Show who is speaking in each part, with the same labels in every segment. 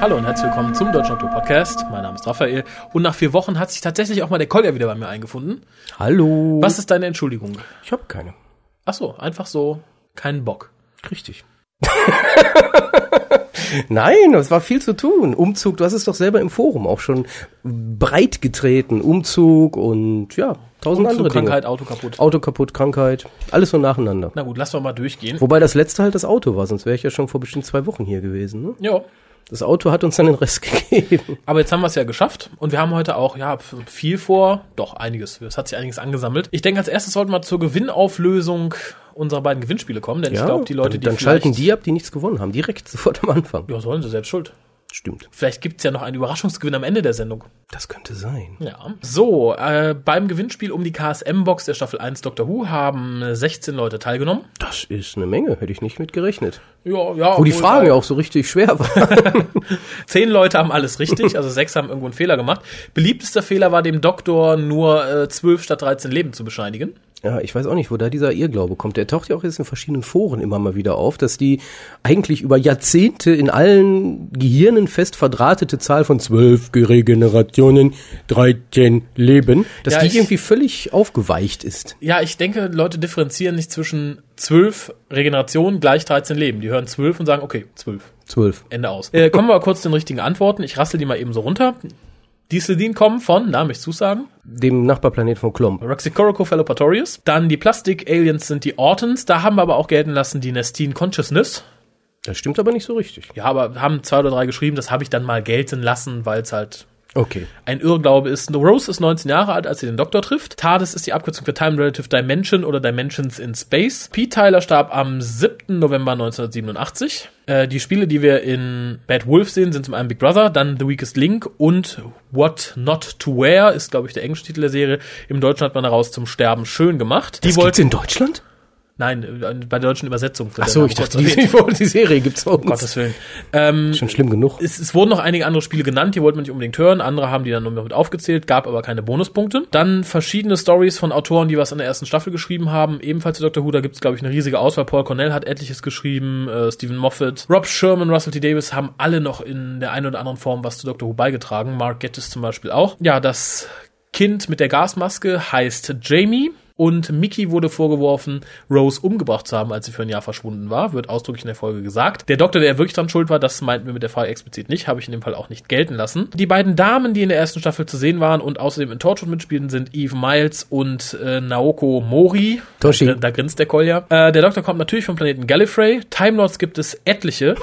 Speaker 1: Hallo und herzlich willkommen zum Deutschen Doktor Podcast. Mein Name ist Raphael und nach vier Wochen hat sich tatsächlich auch mal der Kolja wieder bei mir eingefunden.
Speaker 2: Hallo.
Speaker 1: Was ist deine Entschuldigung?
Speaker 2: Ich habe keine.
Speaker 1: Ach so, einfach so, keinen Bock.
Speaker 2: Richtig. Nein, es war viel zu tun. Umzug, du hast es doch selber im Forum auch schon breit getreten. Umzug und ja, tausend andere Dinge.
Speaker 1: Krankheit, Auto kaputt.
Speaker 2: Auto kaputt, Krankheit, alles so nacheinander.
Speaker 1: Na gut, lassen wir mal durchgehen.
Speaker 2: Wobei das letzte halt das Auto war, sonst wäre ich ja schon vor bestimmt zwei Wochen hier gewesen. Ne?
Speaker 1: Ja,
Speaker 2: Das Auto hat uns dann den Rest gegeben.
Speaker 1: aber jetzt haben wir es ja geschafft und wir haben heute auch ja f- viel vor, doch einiges. Es hat sich einiges angesammelt. Ich denke, als erstes sollten wir zur Gewinnauflösung unserer beiden Gewinnspiele kommen, denn ich glaube, die Leute,
Speaker 2: dann,
Speaker 1: die
Speaker 2: dann
Speaker 1: vielleicht-
Speaker 2: schalten die ab, die nichts gewonnen haben, direkt sofort am Anfang.
Speaker 1: ja, sollen sie selbst schuld.
Speaker 2: Stimmt.
Speaker 1: Vielleicht gibt's ja noch einen Überraschungsgewinn am Ende der Sendung.
Speaker 2: Das könnte sein.
Speaker 1: Ja. So, äh, beim Gewinnspiel um die KSM-Box der Staffel 1 Doctor Who haben äh, 16 Leute teilgenommen.
Speaker 2: Das ist eine Menge, hätte ich nicht mit gerechnet.
Speaker 1: Ja, ja.
Speaker 2: Wo die Fragen ja auch so richtig schwer waren.
Speaker 1: Zehn Leute haben alles richtig, also sechs haben irgendwo einen Fehler gemacht. Beliebtester Fehler war dem Doktor nur äh, 12 statt 13 Leben zu bescheinigen.
Speaker 2: Ja, ich weiß auch nicht, wo da dieser Irrglaube kommt. Der taucht ja auch jetzt in verschiedenen Foren immer mal wieder auf, dass die eigentlich über Jahrzehnte in allen Gehirnen fest verdrahtete Zahl von zwölf Regenerationen, 13 Leben, dass
Speaker 1: Ja, ich-
Speaker 2: die irgendwie völlig aufgeweicht ist.
Speaker 1: Ja, ich denke, Leute differenzieren nicht zwischen 12 Regeneration gleich 13 Leben. Die hören 12 und sagen, okay, 12.
Speaker 2: Zwölf.
Speaker 1: Ende aus. Äh, kommen wir mal kurz zu den richtigen Antworten. Ich rassel die mal eben so runter. Dieseldin kommen von, Name ich zusagen,
Speaker 2: Dem Nachbarplaneten von Klomp.
Speaker 1: Roxicorico Fellopatorius. Dann die Plastik-Aliens sind die Ortons. Da haben wir aber auch gelten lassen die Nestine Consciousness.
Speaker 2: Das stimmt aber nicht so richtig.
Speaker 1: Ja, aber haben zwei oder drei geschrieben. Das habe ich dann mal gelten lassen, weil es halt
Speaker 2: Okay.
Speaker 1: ein Irrglaube ist. Rose ist 19 Jahre alt, als sie den Doktor trifft. TARDIS ist die Abkürzung für Time Relative Dimension oder Dimensions in Space. Pete Tyler starb am 7. November 1987. Äh, die Spiele, die wir in Bad Wolf sehen, sind zum einen Big Brother, dann The Weakest Link und What Not to Wear ist, glaube ich, der englische Titel der Serie. Im Deutschen hat man daraus zum Sterben schön gemacht. Die
Speaker 2: Das gibt's in Deutschland?
Speaker 1: Nein, äh, bei der deutschen Übersetzung. Um
Speaker 2: Ach so, ich dachte, die, die Serie gibt's auch.
Speaker 1: Gottes Willen. Ähm,
Speaker 2: Schon schlimm genug.
Speaker 1: es, es wurden noch einige andere Spiele genannt, die wollten wir nicht unbedingt hören. Andere haben die dann nur mit aufgezählt, gab aber keine Bonuspunkte. Dann verschiedene Stories von Autoren, die was in der ersten Staffel geschrieben haben. Ebenfalls zu Doctor Who, da gibt's glaube ich, eine riesige Auswahl. Paul Cornell hat etliches geschrieben, äh, Stephen Moffat, Rob Sherman, Russell T. Davis haben alle noch in der einen oder anderen Form was zu Doctor Who beigetragen. Mark Gettis zum Beispiel auch. Ja, das Kind mit der Gasmaske heißt Jamie. Und Mickey wurde vorgeworfen, Rose umgebracht zu haben, als sie für ein Jahr verschwunden war, wird ausdrücklich in der Folge gesagt. Der Doktor, der wirklich dran schuld war, das meinten wir mit der Frage explizit nicht, habe ich in dem Fall auch nicht gelten lassen. Die beiden Damen, die in der ersten Staffel zu sehen waren und außerdem in Torchwood mitspielten, sind Eve Miles und äh, Naoko Mori.
Speaker 2: Toshi.
Speaker 1: Da, da grinst der Kolja. Äh, der Doktor kommt natürlich vom Planeten Gallifrey. Time Lords gibt es etliche.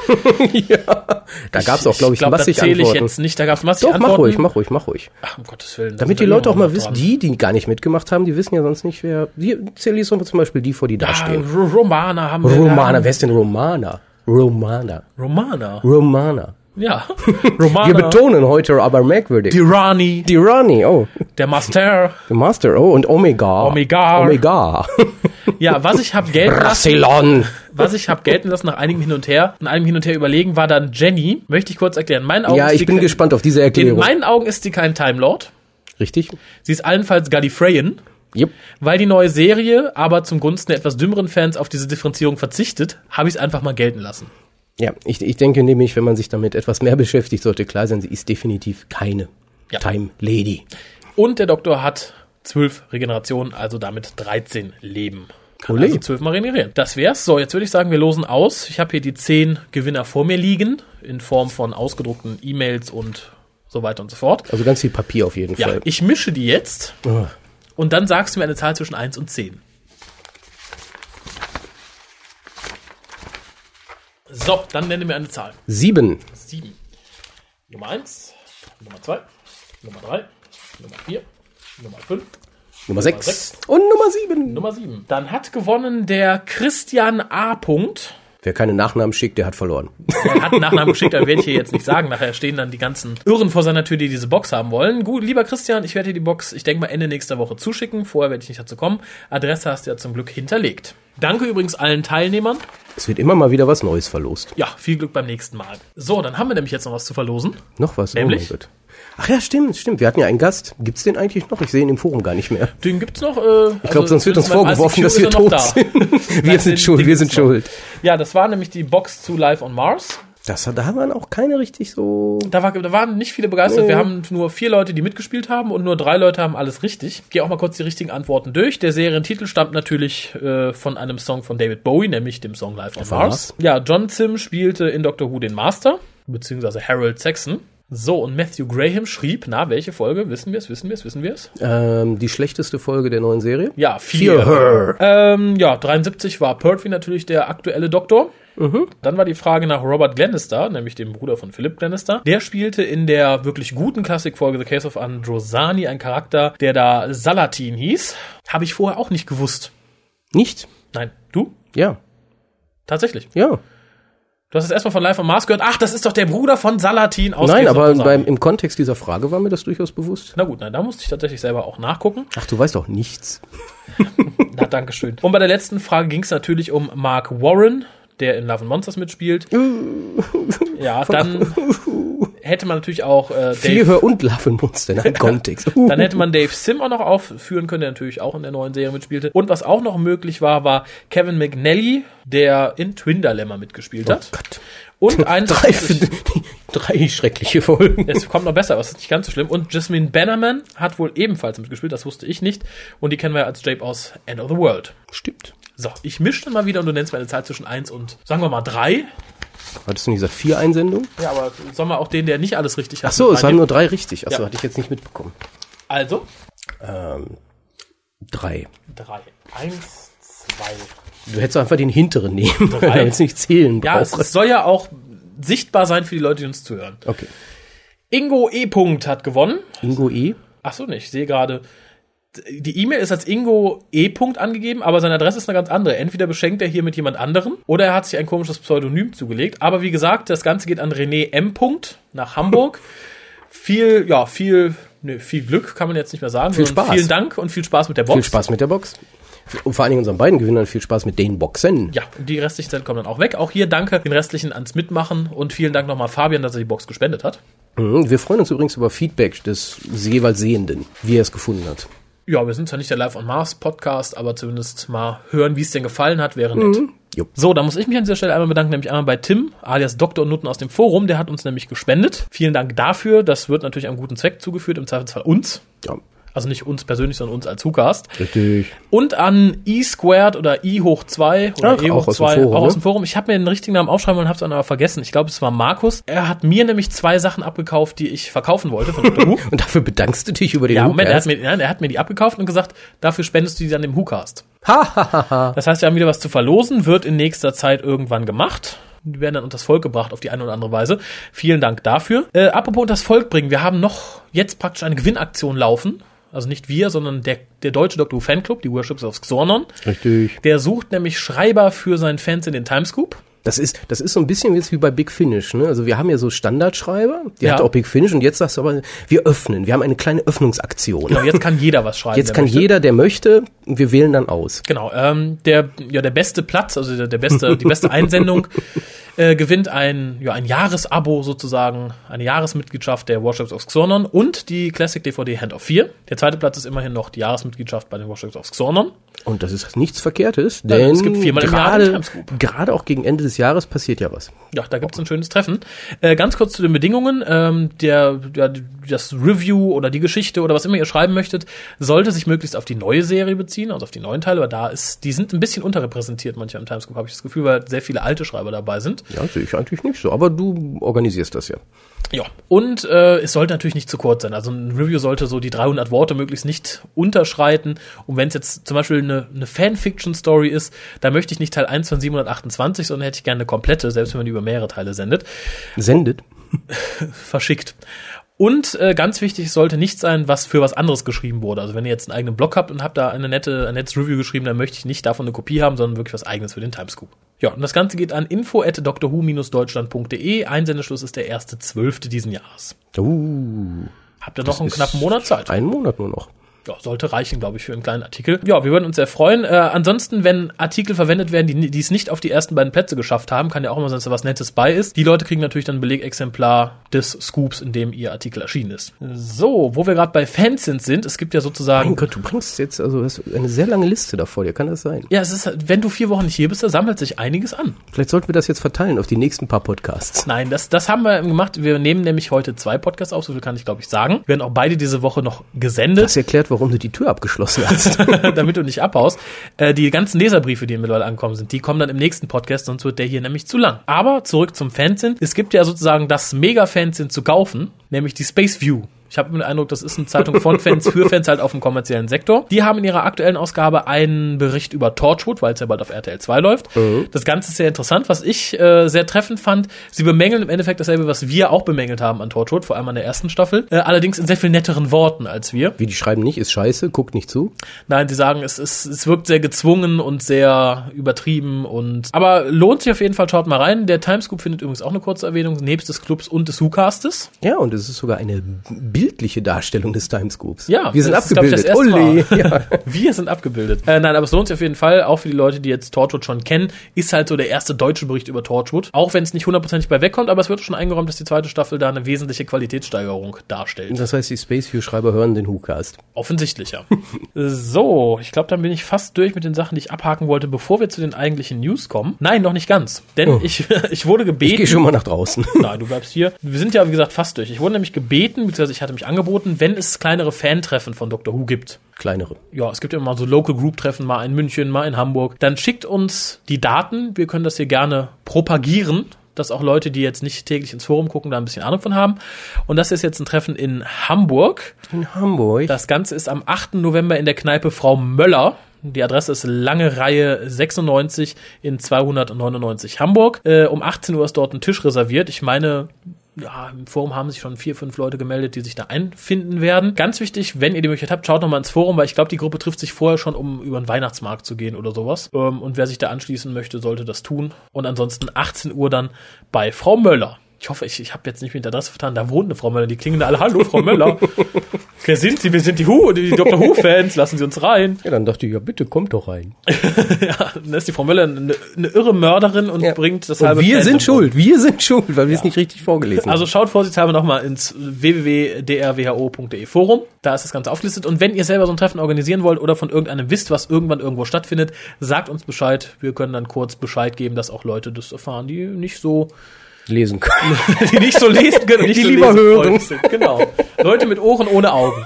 Speaker 2: Da gab's auch, glaube ich,
Speaker 1: glaub,
Speaker 2: massig
Speaker 1: da zähle ich
Speaker 2: Antworten.
Speaker 1: jetzt nicht, da gab es massig
Speaker 2: Doch,
Speaker 1: Antworten.
Speaker 2: mach ruhig, mach ruhig, mach ruhig.
Speaker 1: Ach, um Gottes Willen. da
Speaker 2: Damit
Speaker 1: sind
Speaker 2: die
Speaker 1: wir
Speaker 2: Leute auch
Speaker 1: immer
Speaker 2: mal
Speaker 1: noch
Speaker 2: wissen,
Speaker 1: dran.
Speaker 2: die, die gar nicht mitgemacht haben, die wissen ja sonst nicht, wer. Die zähle ich so zum Beispiel die vor, die da
Speaker 1: Ah,
Speaker 2: stehen.
Speaker 1: Ro- Romana haben wir.
Speaker 2: Romana, wer ist denn Romana? Romana.
Speaker 1: Romana.
Speaker 2: Romana.
Speaker 1: Ja.
Speaker 2: Wir
Speaker 1: Romana.
Speaker 2: betonen heute aber merkwürdig.
Speaker 1: die Rani.
Speaker 2: die Rani, oh.
Speaker 1: Der Master.
Speaker 2: The Master, oh. Und Omega.
Speaker 1: Omega.
Speaker 2: Omega.
Speaker 1: Ja, was ich hab gelten lassen,
Speaker 2: Rassilon.
Speaker 1: was ich hab gelten lassen nach einigem Hin und Her, nach einigem Hin und Her überlegen, war dann Jenny. Möchte ich kurz erklären. In meinen Augen
Speaker 2: Ja,
Speaker 1: ist
Speaker 2: ich
Speaker 1: sie
Speaker 2: bin
Speaker 1: ke-
Speaker 2: gespannt auf diese
Speaker 1: In
Speaker 2: Erklärung.
Speaker 1: meinen Augen ist sie kein Time Lord.
Speaker 2: Richtig?
Speaker 1: Sie ist allenfalls Gallifreyan,
Speaker 2: Yep.
Speaker 1: weil die neue Serie aber zum Gunsten der etwas dümmeren Fans auf diese Differenzierung verzichtet, habe ich es einfach mal gelten lassen.
Speaker 2: Ja, ich, ich denke nämlich, wenn man sich damit etwas mehr beschäftigt, sollte klar sein, sie ist definitiv keine
Speaker 1: Ja.
Speaker 2: Time Lady.
Speaker 1: Und der Doktor hat zwölf Regenerationen, also damit 13 Leben. Kann
Speaker 2: Ole.
Speaker 1: also zwölfmal regenerieren. Das wär's. So, jetzt würde ich sagen, wir losen aus. Ich habe hier die zehn Gewinner vor mir liegen, in Form von ausgedruckten E-Mails und so weiter und so fort.
Speaker 2: Also ganz viel Papier auf jeden
Speaker 1: Ja,
Speaker 2: Fall.
Speaker 1: ich mische die jetzt
Speaker 2: Oh.
Speaker 1: und dann sagst du mir eine Zahl zwischen 1 und 10. So, dann nenne mir eine Zahl.
Speaker 2: Sieben.
Speaker 1: 7. Nummer 1, Nummer 2, Nummer 3, Nummer 4, Nummer 5,
Speaker 2: Nummer
Speaker 1: sechs.
Speaker 2: 6. Und Nummer 7.
Speaker 1: Nummer 7. Dann hat gewonnen der Christian A. Punkt.
Speaker 2: Wer keine Nachnamen schickt, der hat verloren.
Speaker 1: Er hat einen Nachnamen geschickt, aber werde ich hier jetzt nicht sagen. Nachher stehen dann die ganzen Irren vor seiner Tür, die diese Box haben wollen. Gut, lieber Christian, ich werde dir die Box, ich denke mal, Ende nächster Woche zuschicken. Vorher werde ich nicht dazu kommen. Adresse hast du ja zum Glück hinterlegt. Danke übrigens allen Teilnehmern.
Speaker 2: Es wird immer mal wieder was Neues verlost.
Speaker 1: Ja, viel Glück beim nächsten Mal. So, dann haben wir nämlich jetzt noch was zu verlosen.
Speaker 2: Noch was.
Speaker 1: Nämlich?
Speaker 2: Oh mein Gott. Ach ja, stimmt, stimmt. Wir hatten ja einen Gast. Gibt's den eigentlich noch? Ich sehe ihn im Forum gar nicht mehr.
Speaker 1: Den gibt's noch. Äh,
Speaker 2: Ich glaube, sonst wird uns vorgeworfen,
Speaker 1: also,
Speaker 2: dass wir tot sind. wir
Speaker 1: Nein,
Speaker 2: sind
Speaker 1: den-
Speaker 2: schuld,
Speaker 1: den
Speaker 2: wir sind
Speaker 1: gibt's noch.
Speaker 2: schuld.
Speaker 1: Ja, das war nämlich die Box zu Live on Mars.
Speaker 2: Das, hat- da haben wir auch keine richtig so.
Speaker 1: Da, war, da waren nicht viele begeistert. Wir haben nur vier Leute, die mitgespielt haben und nur drei Leute haben alles richtig. Ich Gehe auch mal kurz die richtigen Antworten durch. Der Serientitel stammt natürlich äh, von einem Song von David Bowie, nämlich dem Song Live on
Speaker 2: Auf
Speaker 1: Mars. Ja, John Sim spielte in Doctor Who den Master, beziehungsweise Harold Saxon. So, und Matthew Graham schrieb, na, welche Folge? Wissen wir es, wissen wir es, wissen wir es?
Speaker 2: Ähm, die schlechteste Folge der neuen Serie.
Speaker 1: Ja, vier.
Speaker 2: Fear Her.
Speaker 1: Ähm, ja, 73 war Pertwee natürlich der aktuelle Doktor.
Speaker 2: Mhm.
Speaker 1: Dann war die Frage nach Robert Glenister, nämlich dem Bruder von Philip Glenister. Der spielte in der wirklich guten Klassikfolge The Case of Androsani einen Charakter, der da Salatin hieß. Habe ich vorher auch nicht gewusst.
Speaker 2: Nicht?
Speaker 1: Nein, du?
Speaker 2: Ja.
Speaker 1: Tatsächlich.
Speaker 2: Ja.
Speaker 1: Du hast es erstmal von Live on Mars gehört. Ach, das ist doch der Bruder von Salatin aus
Speaker 2: Nein,
Speaker 1: Case of
Speaker 2: aber
Speaker 1: Androsani.
Speaker 2: beim, im Kontext dieser Frage war mir das durchaus bewusst.
Speaker 1: Na gut, nein, da musste ich tatsächlich selber auch nachgucken.
Speaker 2: Ach, du weißt doch nichts.
Speaker 1: Na, Dankeschön. Und bei der letzten Frage ging es natürlich um Mark Warren, der in Love and Monsters mitspielt.
Speaker 2: Uh.
Speaker 1: ja, dann hätte man natürlich auch äh,
Speaker 2: Viel
Speaker 1: Dave,
Speaker 2: Hör und Laffenmonster in einem Kontext. Uh.
Speaker 1: dann hätte man Dave Sim auch noch aufführen können, der natürlich auch in der neuen Serie mitspielte. Und was auch noch möglich war, war Kevin McNally, der in Twin Dilemma mitgespielt hat.
Speaker 2: Oh Gott.
Speaker 1: Und ein
Speaker 2: Drei, drei schreckliche Folgen.
Speaker 1: Es kommt noch besser, aber es ist nicht ganz so schlimm. Und Jasmine Bannerman hat wohl ebenfalls mitgespielt, das wusste ich nicht. Und die kennen wir ja als Jape aus End of the World.
Speaker 2: Stimmt.
Speaker 1: So, ich mische dann mal wieder und du nennst mir eine Zahl zwischen 1 und, sagen wir mal, 3.
Speaker 2: Hattest du nicht gesagt vier Einsendungen?
Speaker 1: Ja, aber sollen wir auch den, der nicht alles richtig hat?
Speaker 2: Ach so,
Speaker 1: mit
Speaker 2: es waren
Speaker 1: reinnehmen?
Speaker 2: nur drei richtig. Ach so,
Speaker 1: Ja.
Speaker 2: hatte ich jetzt nicht mitbekommen.
Speaker 1: Also,
Speaker 2: Drei.
Speaker 1: 3, 1, 2.
Speaker 2: Du hättest einfach den hinteren nehmen,
Speaker 1: Drei.
Speaker 2: damit es nicht zählen
Speaker 1: Ja, es
Speaker 2: braucht.
Speaker 1: soll ja auch sichtbar sein für die Leute, die uns zuhören.
Speaker 2: Okay.
Speaker 1: Ingo E. Punkt hat gewonnen.
Speaker 2: Ingo E.
Speaker 1: Ach so, nicht, ich sehe gerade. Die E-Mail ist als Ingo E. Punkt angegeben, aber seine Adresse ist eine ganz andere. Entweder beschenkt er hier mit jemand anderem oder er hat sich ein komisches Pseudonym zugelegt. Aber wie gesagt, das Ganze geht an René M. Punkt nach Hamburg. viel, ja, viel, ne, viel Glück kann man jetzt nicht mehr sagen.
Speaker 2: Viel
Speaker 1: sondern
Speaker 2: Spaß.
Speaker 1: Vielen Dank und viel Spaß mit der Box.
Speaker 2: Viel Spaß mit der Box. Und vor allen Dingen unseren beiden Gewinnern viel Spaß mit den Boxen.
Speaker 1: Ja, die restlichen Cent kommen dann auch weg. Auch hier danke den restlichen ans Mitmachen und vielen Dank nochmal Fabian, dass er die Box gespendet hat.
Speaker 2: Mhm. Wir freuen uns übrigens über Feedback des jeweils Sehenden, wie er es gefunden hat.
Speaker 1: Ja, wir sind zwar nicht der Live on Mars Podcast, aber zumindest mal hören, wie es denn gefallen hat, wäre nett.
Speaker 2: Jupp.
Speaker 1: So, da muss ich mich an dieser Stelle einmal bedanken, nämlich einmal bei Tim, alias Dr. Nutten aus dem Forum, der hat uns nämlich gespendet. Vielen Dank dafür, das wird natürlich einem guten Zweck zugeführt, im Zweifelsfall uns.
Speaker 2: Ja.
Speaker 1: Also nicht uns persönlich, sondern uns als Hookast.
Speaker 2: Richtig.
Speaker 1: Und an E squared oder I hoch 2 oder
Speaker 2: Ach,
Speaker 1: E
Speaker 2: auch
Speaker 1: hoch
Speaker 2: aus dem
Speaker 1: 2,
Speaker 2: Forum,
Speaker 1: auch
Speaker 2: ne?
Speaker 1: aus dem Forum. Ich habe mir den richtigen Namen aufschreiben wollen, habe es dann aber vergessen. Ich glaube, es war Markus. Er hat mir nämlich zwei Sachen abgekauft, die ich verkaufen wollte von Dr. Who.
Speaker 2: Und dafür bedankst du dich über den
Speaker 1: Ja, Moment, er hat,
Speaker 2: Lukas?
Speaker 1: mir, nein, er hat mir die abgekauft und gesagt, dafür spendest du die dann dem WhoCast.
Speaker 2: Ha, ha, ha, ha.
Speaker 1: Das heißt, wir haben wieder was zu verlosen, wird in nächster Zeit irgendwann gemacht. Die werden dann unters Volk gebracht auf die eine oder andere Weise. Vielen Dank dafür. Äh, apropos unters Volk bringen, wir haben noch jetzt praktisch eine Gewinnaktion laufen. Also nicht wir, sondern der, der deutsche Dr. Who Fanclub, die Worships of Xornon.
Speaker 2: Richtig.
Speaker 1: Der sucht nämlich Schreiber für seinen Fans in den Timescoop.
Speaker 2: Das ist, das ist so ein bisschen jetzt wie bei Big Finish, ne? Also wir haben ja so Standardschreiber, die
Speaker 1: Ja.
Speaker 2: hat auch Big Finish und jetzt sagst du aber, wir öffnen, wir haben eine kleine Öffnungsaktion.
Speaker 1: Genau, jetzt kann jeder was schreiben.
Speaker 2: Jetzt
Speaker 1: der
Speaker 2: kann
Speaker 1: möchte.
Speaker 2: jeder, der möchte, und wir wählen dann aus.
Speaker 1: Genau, ähm, der, ja, der beste Platz, also der, der beste, die beste Einsendung, äh, gewinnt ein, ja, ein Jahresabo sozusagen, eine Jahresmitgliedschaft der Warships of Xornon und die Classic DVD Hand of 4. Der zweite Platz ist immerhin noch die Jahresmitgliedschaft bei den Warships of Xornon.
Speaker 2: Und das ist nichts Verkehrtes, denn
Speaker 1: es gibt viermal im Jahr den
Speaker 2: gerade,
Speaker 1: Times Group.
Speaker 2: gerade auch gegen Ende des Jahres passiert ja was.
Speaker 1: Ja, da gibt's ein schönes Treffen. Äh, ganz kurz zu den Bedingungen. Ähm, der, der, das Review oder die Geschichte oder was immer ihr schreiben möchtet, sollte sich möglichst auf die neue Serie beziehen, also auf die neuen Teile, weil da ist, die sind ein bisschen unterrepräsentiert, manche am Timescope, habe ich das Gefühl, weil sehr viele alte Schreiber dabei sind.
Speaker 2: Ja, sehe ich eigentlich nicht so, aber du organisierst das ja.
Speaker 1: Ja. Und äh, es sollte natürlich nicht zu kurz sein. Also ein Review sollte so die 300 Worte möglichst nicht unterschreiten. Und wenn es jetzt zum Beispiel eine, eine Fanfiction-Story ist, da möchte ich nicht Teil 1 von 728, sondern hätte ich gerne eine komplette, selbst wenn man die über mehrere Teile sendet,
Speaker 2: Sendet.
Speaker 1: verschickt. Und äh, ganz wichtig, es sollte nicht sein, was für was anderes geschrieben wurde. Also wenn ihr jetzt einen eigenen Blog habt und habt da eine nette, ein nettes Review geschrieben, dann möchte ich nicht davon eine Kopie haben, sondern wirklich was eigenes für den Timescoop. Ja, und das Ganze geht an info at deutschlandde Einsendeschluss ist der 1.12. diesen Jahres.
Speaker 2: Uh,
Speaker 1: Habt ihr noch einen
Speaker 2: ist
Speaker 1: knappen Monat Zeit?
Speaker 2: einen Monat nur noch.
Speaker 1: ja, sollte reichen, glaube ich, für einen kleinen Artikel. Ja, wir würden uns sehr freuen. Äh, ansonsten, wenn Artikel verwendet werden, die die es nicht auf die ersten beiden Plätze geschafft haben, kann ja auch immer sein, dass da was Nettes bei ist. Die Leute kriegen natürlich dann ein Belegexemplar des Scoops, in dem ihr Artikel erschienen ist. So, wo wir gerade bei Fansins sind, es gibt ja sozusagen
Speaker 2: Mein Gott, du bringst jetzt also hast eine sehr lange Liste da vor dir, kann das sein?
Speaker 1: Ja, es ist, wenn du vier Wochen nicht hier bist, da sammelt sich einiges an.
Speaker 2: Vielleicht sollten wir das jetzt verteilen auf die nächsten paar Podcasts.
Speaker 1: Nein, das, das haben wir gemacht. Wir nehmen nämlich heute zwei Podcasts auf, so viel kann ich, glaube ich, sagen. Werden auch beide diese Woche noch gesendet,
Speaker 2: Das erklärt, warum du die Tür abgeschlossen hast.
Speaker 1: damit du nicht abhaust. Äh, die ganzen Leserbriefe, die mittlerweile ankommen sind, die kommen dann im nächsten Podcast, sonst wird der hier nämlich zu lang. Aber zurück zum Fansin. Es gibt ja sozusagen das Mega-Fansin zu kaufen, nämlich die Space View. Ich habe immer den Eindruck, das ist eine Zeitung von Fans für Fans halt auf dem kommerziellen Sektor. Die haben in ihrer aktuellen Ausgabe einen Bericht über Torchwood, weil es ja bald auf RTL 2 läuft. Das Ganze ist sehr interessant. Was ich äh, sehr treffend fand, sie bemängeln im Endeffekt dasselbe, was wir auch bemängelt haben an Torchwood, vor allem an der ersten Staffel. Äh, allerdings in sehr viel netteren Worten als wir.
Speaker 2: Wie die schreiben nicht, ist scheiße, guckt nicht zu.
Speaker 1: Nein, sie sagen, es, es, es wirkt sehr gezwungen und sehr übertrieben und aber lohnt sich auf jeden Fall, schaut mal rein. Der Timescoop findet übrigens auch eine kurze Erwähnung, nebst des Clubs und des WhoCastes.
Speaker 2: Ja, und es ist sogar eine bildliche Darstellung des Timescoops.
Speaker 1: Ja,
Speaker 2: wir sind
Speaker 1: das ist, glaub ich,
Speaker 2: abgebildet.
Speaker 1: das erste Mal.
Speaker 2: Ja.
Speaker 1: Wir sind abgebildet. Äh, nein, aber es lohnt sich auf jeden Fall, auch für die Leute, die jetzt Torchwood schon kennen, ist halt so der erste deutsche Bericht über Torchwood. Auch wenn es nicht hundertprozentig bei wegkommt, aber es wird schon eingeräumt, dass die zweite Staffel da eine wesentliche Qualitätssteigerung darstellt.
Speaker 2: Das heißt, die Spaceview-Schreiber hören den WhoCast.
Speaker 1: Offensichtlicher. so, ich glaube, dann bin ich fast durch mit den Sachen, die ich abhaken wollte, bevor wir zu den eigentlichen News kommen. Nein, noch nicht ganz. Denn ich, ich wurde
Speaker 2: Ich gehe
Speaker 1: gebeten.
Speaker 2: schon mal nach draußen.
Speaker 1: Nein, du bleibst hier. Wir sind ja, wie gesagt, fast durch. Ich wurde nämlich gebeten, beziehungsweise ich hatte mich angeboten, wenn es kleinere Fantreffen von Doctor Who gibt
Speaker 2: Kleinere.
Speaker 1: ja, es gibt immer mal so Local Group Treffen, mal in München, mal in Hamburg. Dann schickt uns die Daten. Wir können das hier gerne propagieren, dass auch Leute, die jetzt nicht täglich ins Forum gucken, da ein bisschen Ahnung von haben. Und das ist jetzt ein Treffen in Hamburg.
Speaker 2: In Hamburg.
Speaker 1: Das Ganze ist am 8. November in der Kneipe Frau Möller. Die Adresse ist lange Reihe 96 in 299 Hamburg. Äh, um 18 Uhr ist dort ein Tisch reserviert. Ich meine, ja, im Forum haben sich schon vier, fünf Leute gemeldet, die sich da einfinden werden. Ganz wichtig, wenn ihr die Möglichkeit habt, schaut nochmal ins Forum, weil ich glaube, die Gruppe trifft sich vorher schon, um über den Weihnachtsmarkt zu gehen oder sowas. Ähm, und wer sich da anschließen möchte, sollte das tun. Und ansonsten 18 Uhr dann bei Frau Möller. Ich hoffe, ich, ich habe jetzt nicht mit der Adresse vertan. Da wohnt eine Frau Möller. Die klingen da alle, hallo Frau Möller. Wer sind Sie? Wir sind die Who, die Dr. Who-Fans. Lassen Sie uns rein.
Speaker 2: ja, dann dachte ich, ja bitte, kommt doch rein.
Speaker 1: Ja, dann ist die Frau Möller eine, eine irre Mörderin und
Speaker 2: Ja.
Speaker 1: bringt das
Speaker 2: Und
Speaker 1: halbe
Speaker 2: wir
Speaker 1: Fandom
Speaker 2: sind schuld, wir sind schuld, weil wir es nicht richtig vorgelesen
Speaker 1: Also schaut vorsichtshalber nochmal ins www.drwho.de e Forum. Da ist das Ganze aufgelistet. Und wenn ihr selber so ein Treffen organisieren wollt oder von irgendeinem wisst, was irgendwann irgendwo stattfindet, sagt uns Bescheid. Wir können dann kurz Bescheid geben, dass auch Leute das erfahren, die nicht so,
Speaker 2: haben. Lesen können.
Speaker 1: die nicht so lesen können, und nicht
Speaker 2: Die
Speaker 1: so
Speaker 2: lieber
Speaker 1: lesenfreudig
Speaker 2: hören.
Speaker 1: Sind. Genau. Leute mit Ohren ohne Augen.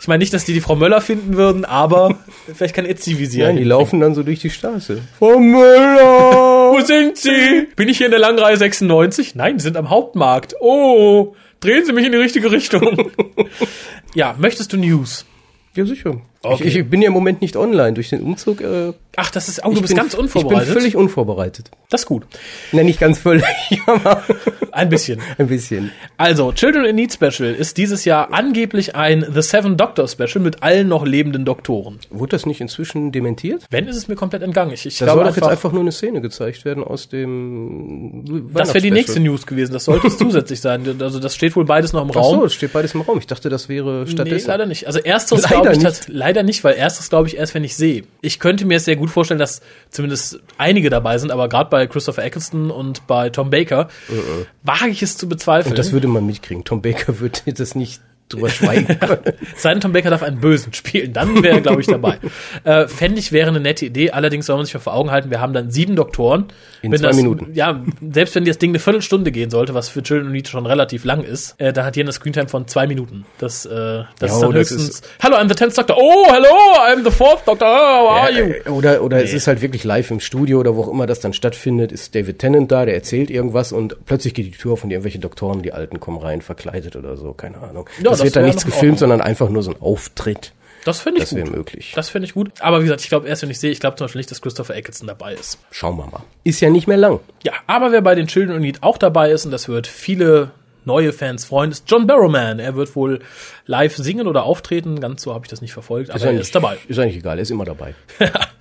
Speaker 1: Ich meine nicht, dass die die Frau Möller finden würden, aber vielleicht kann jetzt die Visier.
Speaker 2: Nein, die laufen dann so durch die Straße. Frau Müller!
Speaker 1: Wo sind Sie? Bin ich hier in der langen Reihe 96? Nein, Sie sind am Hauptmarkt. Oh, drehen Sie mich in die richtige Richtung. ja, möchtest du News?
Speaker 2: ja, sicher.
Speaker 1: Okay.
Speaker 2: Ich, ich bin ja im Moment nicht online durch den Umzug. Äh,
Speaker 1: Ach, das ist, oh, du
Speaker 2: ich
Speaker 1: bist
Speaker 2: bin-
Speaker 1: ganz unvorbereitet.
Speaker 2: Ich bin völlig unvorbereitet.
Speaker 1: das ist gut.
Speaker 2: Nein, nicht ganz völlig, aber
Speaker 1: Ein bisschen.
Speaker 2: ein bisschen.
Speaker 1: Also, Children in Need Special ist dieses Jahr angeblich ein The Seven Doctor Special mit allen noch lebenden Doktoren.
Speaker 2: Wurde das nicht inzwischen dementiert?
Speaker 1: Wenn, ist es mir komplett entgangen. Ich, ich
Speaker 2: Da soll
Speaker 1: glaube
Speaker 2: doch jetzt
Speaker 1: einfach,
Speaker 2: einfach nur eine Szene gezeigt werden aus dem
Speaker 1: das wäre die
Speaker 2: Weihnachtsspecial.
Speaker 1: nächste News gewesen. Das sollte es zusätzlich sein. Also, das steht wohl beides noch im
Speaker 2: Ach
Speaker 1: Raum.
Speaker 2: so, es steht beides im Raum. Ich dachte, das wäre
Speaker 1: Nee,
Speaker 2: stattdessen.
Speaker 1: leider nicht. Also erstes
Speaker 2: Leider
Speaker 1: glaube ich
Speaker 2: nicht.
Speaker 1: tats- leider nicht, weil erstes glaube ich erst, wenn ich sehe. Ich könnte mir sehr gut vorstellen, dass zumindest einige dabei sind, aber gerade bei Christopher Eccleston und bei Tom Baker wage ich es zu bezweifeln.
Speaker 2: Mhm. Und das würde man mitkriegen. Tom Baker würde das nicht drüber schweigen können.
Speaker 1: Sein Tom Baker darf einen Bösen spielen, dann wäre er, glaube ich, dabei. äh, Fände ich wäre eine nette Idee, allerdings soll man sich mal vor Augen halten, wir haben dann sieben Doktoren.
Speaker 2: In
Speaker 1: Wenn
Speaker 2: zwei
Speaker 1: das,
Speaker 2: Minuten.
Speaker 1: Ja, selbst wenn das Ding eine Viertelstunde gehen sollte, was für Children Need schon relativ lang ist, äh, dann hat jeder eine Screentime von zwei Minuten. Das, äh, das ist dann
Speaker 2: das
Speaker 1: höchstens, hello, I'm the tenth Doctor, oh, hello, I'm the fourth Doctor, how are you?
Speaker 2: Ja, äh, Oder, oder es ist halt wirklich live im Studio oder wo auch immer das dann stattfindet, ist David Tennant da, der erzählt irgendwas und plötzlich geht die Tür auf und irgendwelche Doktoren, die Alten kommen rein, verkleidet oder so, keine Ahnung.
Speaker 1: Ja,
Speaker 2: das,
Speaker 1: das
Speaker 2: wird dann
Speaker 1: wär
Speaker 2: nichts
Speaker 1: noch in
Speaker 2: gefilmt, sondern einfach nur so ein Auftritt.
Speaker 1: Das finde ich
Speaker 2: Das wäre
Speaker 1: gut.
Speaker 2: möglich.
Speaker 1: Das finde ich gut. Aber wie gesagt, ich glaube erst, wenn ich sehe, ich glaube zum Beispiel nicht, dass Christopher Eccleston dabei ist.
Speaker 2: Schauen wir mal. Ist ja nicht mehr lang.
Speaker 1: Ja, aber wer bei den Children in Need auch dabei ist, und das wird viele neue Fans freuen, ist John Barrowman. Er wird wohl live singen oder auftreten. Ganz so habe ich das nicht verfolgt, aber er
Speaker 2: eigentlich-
Speaker 1: ist dabei.
Speaker 2: Ist eigentlich egal, er ist immer dabei.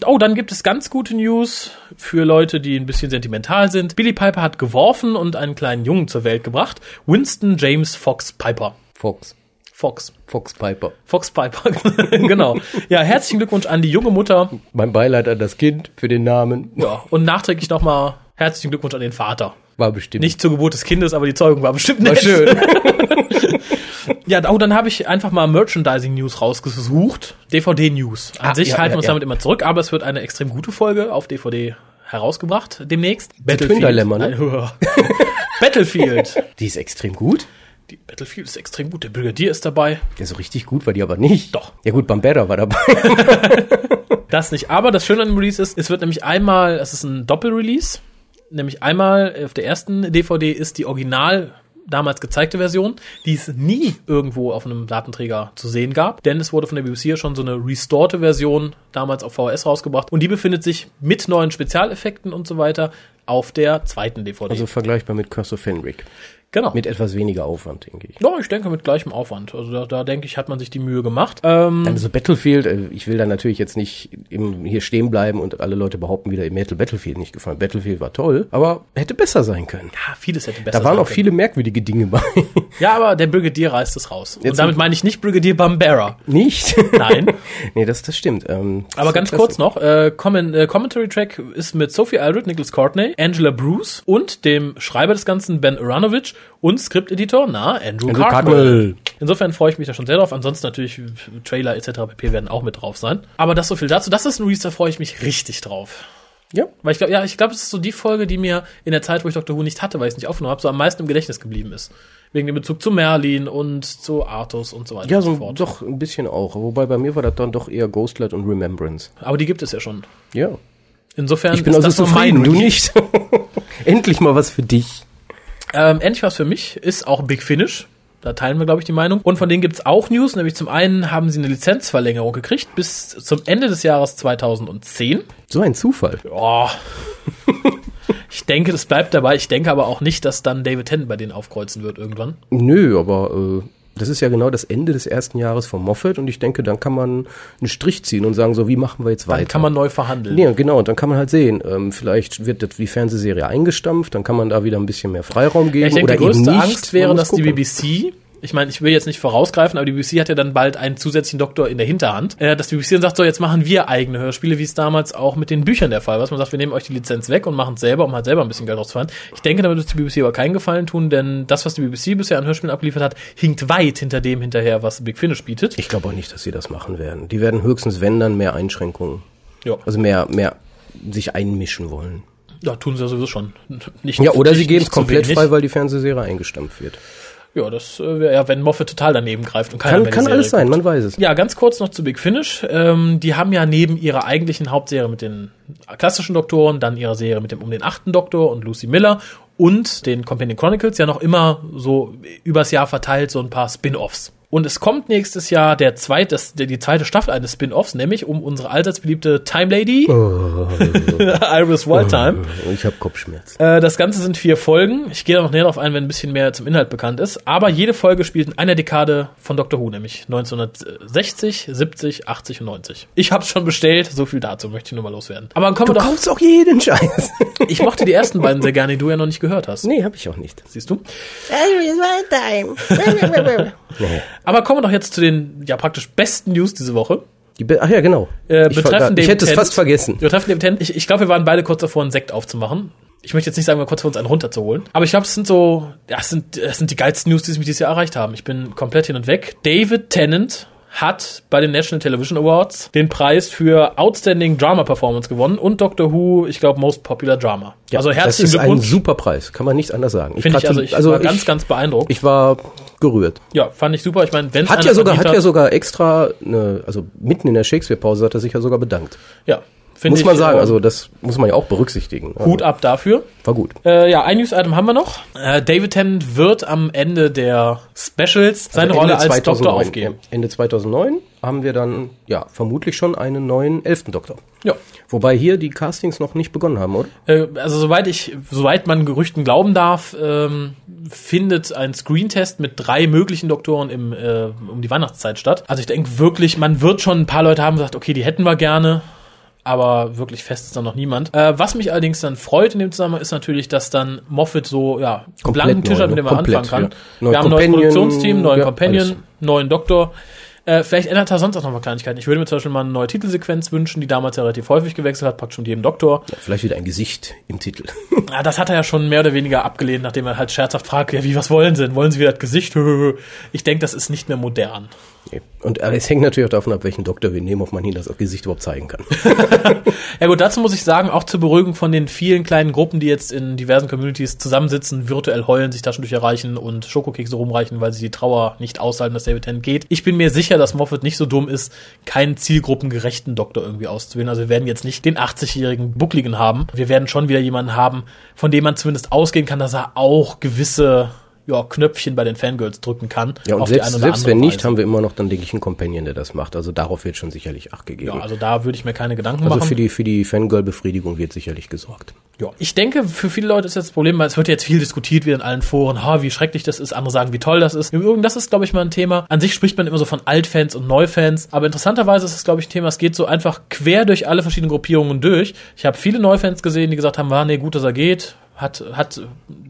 Speaker 1: Oh, dann gibt es ganz gute News für Leute, die ein bisschen sentimental sind. Billy Piper hat geworfen und einen kleinen Jungen zur Welt gebracht. Winston James Fox Piper.
Speaker 2: Fox.
Speaker 1: Fox.
Speaker 2: Fox Piper.
Speaker 1: Fox Piper, genau. Ja, herzlichen Glückwunsch an die junge Mutter.
Speaker 2: Mein Beileid an das Kind für den Namen.
Speaker 1: Ja, und nachträglich nochmal herzlichen Glückwunsch an den Vater.
Speaker 2: War bestimmt.
Speaker 1: Nicht zur Geburt des Kindes, aber die Zeugung war bestimmt nett.
Speaker 2: schön.
Speaker 1: Ja, oh, dann habe ich einfach mal Merchandising-News rausgesucht. DVD-News. An
Speaker 2: Ah,
Speaker 1: sich
Speaker 2: ja,
Speaker 1: halten wir
Speaker 2: ja,
Speaker 1: uns
Speaker 2: ja.
Speaker 1: damit immer zurück, aber es wird eine extrem gute Folge auf DVD herausgebracht demnächst.
Speaker 2: Twin Dilemma, ne?
Speaker 1: Nein, Battlefield.
Speaker 2: Die ist extrem gut.
Speaker 1: Die Battlefield ist extrem gut. Der Brigadier ist dabei.
Speaker 2: Der so richtig gut war die aber nicht.
Speaker 1: Doch.
Speaker 2: Ja gut, Bambera war dabei.
Speaker 1: Das nicht. Aber das Schöne an dem Release ist, es wird nämlich einmal, es ist ein Doppel-Release. Nämlich einmal auf der ersten DVD ist die original damals gezeigte Version, die es nie irgendwo auf einem Datenträger zu sehen gab, denn es wurde von der BBC ja schon so eine restorte Version damals auf VHS rausgebracht und die befindet sich mit neuen Spezialeffekten und so weiter auf der zweiten DVD.
Speaker 2: Also vergleichbar mit Curse of Fenric.
Speaker 1: genau.
Speaker 2: Mit etwas weniger Aufwand, denke ich.
Speaker 1: ja, ich denke mit gleichem Aufwand. Also da, da denke ich, hat man sich die Mühe gemacht. Ähm,
Speaker 2: Also Battlefield, äh, ich will da natürlich jetzt nicht im, hier stehen bleiben und alle Leute behaupten wieder, mir hätte Battlefield nicht gefallen. Battlefield war toll, aber hätte besser sein können.
Speaker 1: ja, ah, vieles hätte besser
Speaker 2: Da waren
Speaker 1: sein
Speaker 2: auch
Speaker 1: können.
Speaker 2: viele merkwürdige Dinge bei.
Speaker 1: Ja, aber der Brigadier reißt es raus. und
Speaker 2: Jetzt-
Speaker 1: damit meine ich nicht Brigadier Bambera.
Speaker 2: Nicht?
Speaker 1: Nein.
Speaker 2: nee, das, das stimmt. Ähm,
Speaker 1: Aber ganz kurz noch, äh, Comment, äh, Commentary-Track ist mit Sophie Aldred, Nicholas Courtney, Angela Bruce und dem Schreiber des Ganzen, Ben Aranovich und Skripteditor, na, Andrew,
Speaker 2: Andrew
Speaker 1: Cartwell.
Speaker 2: Cartwell.
Speaker 1: Insofern freue ich mich da schon sehr drauf. Ansonsten natürlich äh, Trailer etc. pp. werden auch mit drauf sein. Aber das so viel dazu. Das ist ein Release, da freue ich mich richtig drauf.
Speaker 2: Ja.
Speaker 1: Weil ich glaube, ja, ich glaube, es ist so die Folge, die mir in der Zeit, wo ich Doctor Who nicht hatte, weil ich es nicht aufgenommen habe, so am meisten im Gedächtnis geblieben ist. Wegen dem Bezug zu Merlin und zu Artus und so weiter
Speaker 2: Ja,
Speaker 1: und so
Speaker 2: so, doch, ein bisschen auch. Wobei bei mir war das dann doch eher Ghostlight und Remembrance.
Speaker 1: Aber die gibt es ja schon.
Speaker 2: Ja.
Speaker 1: Insofern
Speaker 2: Ich bin also
Speaker 1: nur
Speaker 2: zufrieden, du
Speaker 1: Release.
Speaker 2: nicht. Endlich mal was für dich.
Speaker 1: Ähm, endlich was für mich ist auch Big Finish. Da teilen wir, glaube ich, die Meinung. Und von denen gibt's auch News, nämlich zum einen haben sie eine Lizenzverlängerung gekriegt bis zum Ende des Jahres 2010.
Speaker 2: So ein Zufall.
Speaker 1: Oh. ich denke, das bleibt dabei. Ich denke aber auch nicht, dass dann David Tennant bei denen aufkreuzen wird irgendwann.
Speaker 2: Nö, aber äh, das ist ja genau das Ende des ersten Jahres von Moffat und ich denke, dann kann man einen Strich ziehen und sagen, so wie machen wir jetzt
Speaker 1: Dann
Speaker 2: weiter?
Speaker 1: kann man neu verhandeln.
Speaker 2: Ja, genau, und dann kann man halt sehen, ähm, vielleicht wird das- die Fernsehserie eingestampft, dann kann man da wieder ein bisschen mehr Freiraum geben
Speaker 1: Ja, ich denke,
Speaker 2: oder
Speaker 1: die größte
Speaker 2: eben nicht.
Speaker 1: Angst wäre,
Speaker 2: Man
Speaker 1: dass
Speaker 2: muss gucken.
Speaker 1: die BBC, ich meine, ich will jetzt nicht vorausgreifen, aber die BBC hat ja dann bald einen zusätzlichen Doktor in der Hinterhand, äh, dass die BBC dann sagt, so, jetzt machen wir eigene Hörspiele, wie es damals auch mit den Büchern der Fall war. dass Man sagt, wir nehmen euch die Lizenz weg und machen es selber, um halt selber ein bisschen Geld rauszufahren. Ich denke, damit wird die BBC aber keinen Gefallen tun, denn das, was die BBC bisher an Hörspielen abgeliefert hat, hinkt weit hinter dem hinterher, was Big Finish bietet.
Speaker 2: Ich glaube auch nicht, dass sie das machen werden. Die werden höchstens, wenn dann, mehr Einschränkungen,
Speaker 1: Ja,
Speaker 2: also mehr, mehr sich einmischen wollen.
Speaker 1: ja tun sie ja sowieso schon. Nicht,
Speaker 2: Ja, oder sie
Speaker 1: nicht-
Speaker 2: geben
Speaker 1: nicht
Speaker 2: es
Speaker 1: zu
Speaker 2: komplett
Speaker 1: wenig.
Speaker 2: frei, weil die Fernsehserie eingestampft wird.
Speaker 1: Ja, das äh, wäre ja, wenn Moffat total daneben greift und keiner
Speaker 2: Kann,
Speaker 1: mehr die
Speaker 2: kann
Speaker 1: Serie
Speaker 2: alles sein, man weiß es.
Speaker 1: Ja, ganz kurz noch zu Big Finish. Ähm, die haben ja neben ihrer eigentlichen Hauptserie mit den klassischen Doktoren, dann ihrer Serie mit dem um den achten Doktor und Lucy Miller und den Companion Chronicles ja noch immer so übers Jahr verteilt so ein paar Spin-offs. Und es kommt nächstes Jahr der zweite, das, der, die zweite Staffel eines Spin-offs, nämlich um unsere allseits beliebte Time Lady, Iris Wildtime.
Speaker 2: Ich habe Kopfschmerzen.
Speaker 1: Äh, das Ganze sind vier Folgen. Ich gehe da noch näher drauf ein, wenn ein bisschen mehr zum Inhalt bekannt ist. Aber jede Folge spielt in einer Dekade von Doctor Who, nämlich 1960, 70, 80 und 90. Ich hab's schon bestellt, so viel dazu möchte ich nur mal loswerden. Aber dann kommen wir
Speaker 2: Du
Speaker 1: doch.
Speaker 2: kaufst auch jeden Scheiß.
Speaker 1: Ich mochte die ersten beiden sehr gerne, die du ja noch nicht gehört hast.
Speaker 2: nee, habe ich auch nicht.
Speaker 1: Siehst du?
Speaker 3: Every time.
Speaker 1: Aber kommen wir doch jetzt zu den ja praktisch besten News diese Woche.
Speaker 2: Die Be- Ach ja, genau.
Speaker 1: Äh,
Speaker 2: ich
Speaker 1: betreffend
Speaker 2: verga-
Speaker 1: David
Speaker 2: ich hätte es
Speaker 1: Tennant.
Speaker 2: fast vergessen.
Speaker 1: Wir treffen den Tent. Ich, ich glaube, wir waren beide kurz davor, einen Sekt aufzumachen. Ich möchte jetzt nicht sagen, wir waren kurz vor uns einen runterzuholen. Aber ich glaube, es sind so, ja, es sind, es sind die geilsten News, die es mich dieses Jahr erreicht haben. Ich bin komplett hin und weg. David Tennant hat bei den National Television Awards den Preis für Outstanding Drama Performance gewonnen und Doctor Who, ich glaube, Most Popular Drama. also herzlichen
Speaker 2: Das ist ein
Speaker 1: Glückwunsch.
Speaker 2: super Preis, kann man nicht anders sagen.
Speaker 1: Finde ich,
Speaker 2: gratu-
Speaker 1: also ich war ganz, ganz beeindruckt.
Speaker 2: ich war gerührt.
Speaker 1: ja, fand ich super. Ich meine, wenn
Speaker 2: Hat ja sogar, hat ja sogar extra, eine, also mitten in der Shakespeare-Pause hat er sich ja sogar bedankt.
Speaker 1: ja, finde
Speaker 2: Muss
Speaker 1: ich,
Speaker 2: man sagen,
Speaker 1: äh,
Speaker 2: also das muss man ja auch berücksichtigen. Also
Speaker 1: Hut ab dafür.
Speaker 2: War gut.
Speaker 1: Äh, ja, ein News-Item haben wir noch. Äh, David Tennant wird am Ende der Specials
Speaker 2: Also
Speaker 1: seine Rolle als Doktor aufgeben.
Speaker 2: ja. Ende 2009 haben wir dann, ja, vermutlich schon einen neuen elften Doktor.
Speaker 1: Ja.
Speaker 2: Wobei hier die Castings noch nicht begonnen haben, oder?
Speaker 1: Äh, also soweit ich, soweit man Gerüchten glauben darf, ähm, findet ein Screentest mit drei möglichen Doktoren im, äh, um die Weihnachtszeit statt. Also ich denke wirklich, man wird schon ein paar Leute haben die gesagt, okay, die hätten wir gerne. aber wirklich fest ist dann noch niemand. Äh, was mich allerdings dann freut in dem Zusammenhang ist natürlich, dass dann Moffat so, ja, einen
Speaker 2: Komplett
Speaker 1: blanken Tisch
Speaker 2: neu,
Speaker 1: hat, mit dem
Speaker 2: ne?
Speaker 1: man
Speaker 2: Komplett,
Speaker 1: anfangen kann.
Speaker 2: ja. Neue
Speaker 1: Wir haben ein neues
Speaker 2: Companion,
Speaker 1: Produktionsteam, neuen
Speaker 2: ja,
Speaker 1: Companion,
Speaker 2: alles.
Speaker 1: neuen Doktor. Äh, vielleicht ändert er sonst auch noch mal Kleinigkeiten. Ich würde mir zum Beispiel mal eine neue Titelsequenz wünschen, die damals ja relativ häufig gewechselt hat, praktisch mit jedem Doktor.
Speaker 2: Vielleicht wieder ein Gesicht im Titel.
Speaker 1: Ja, Ah, das hat er ja schon mehr oder weniger abgelehnt, nachdem er halt scherzhaft fragt, ja, wie, was wollen sie denn? Wollen sie wieder das Gesicht? Ich denke, das ist nicht mehr modern.
Speaker 2: Nee. Und aber es hängt natürlich auch davon ab, welchen Doktor wir nehmen, ob man ihnen das Gesicht überhaupt zeigen kann.
Speaker 1: Ja gut, dazu muss ich sagen, auch zur Beruhigung von den vielen kleinen Gruppen, die jetzt in diversen Communities zusammensitzen, virtuell heulen, sich Taschentücher reichen und Schokokekse rumreichen, weil sie die Trauer nicht aushalten, dass David Tennant geht. Ich bin mir sicher, dass Moffat nicht so dumm ist, keinen zielgruppengerechten Doktor irgendwie auszuwählen. Also wir werden jetzt nicht den 80-jährigen Buckligen haben. Wir werden schon wieder jemanden haben, von dem man zumindest ausgehen kann, dass er auch gewisse ja, Knöpfchen bei den Fangirls drücken kann.
Speaker 2: Ja, und
Speaker 1: auf die eine
Speaker 2: selbst,
Speaker 1: oder
Speaker 2: selbst
Speaker 1: andere
Speaker 2: wenn nicht,
Speaker 1: Weise.
Speaker 2: haben wir immer noch dann, denke ich, einen Companion, der das macht. Also darauf wird schon sicherlich Acht gegeben.
Speaker 1: Ja, also da würde ich mir keine Gedanken
Speaker 2: also
Speaker 1: machen.
Speaker 2: für die, für die Fangirl-Befriedigung wird sicherlich gesorgt.
Speaker 1: Ja. Ich denke, für viele Leute ist jetzt das Problem, weil es wird jetzt viel diskutiert, wie in allen Foren, ha, wie schrecklich das ist, andere sagen, wie toll das ist. Im Übrigen, das ist, glaube ich, mal ein Thema. An sich spricht man immer so von Altfans und Neufans, aber interessanterweise ist es, glaube ich, ein Thema, es geht so einfach quer durch alle verschiedenen Gruppierungen durch. Ich habe viele Neufans gesehen, die gesagt haben, war, nee, gut, dass er geht. Hat, hat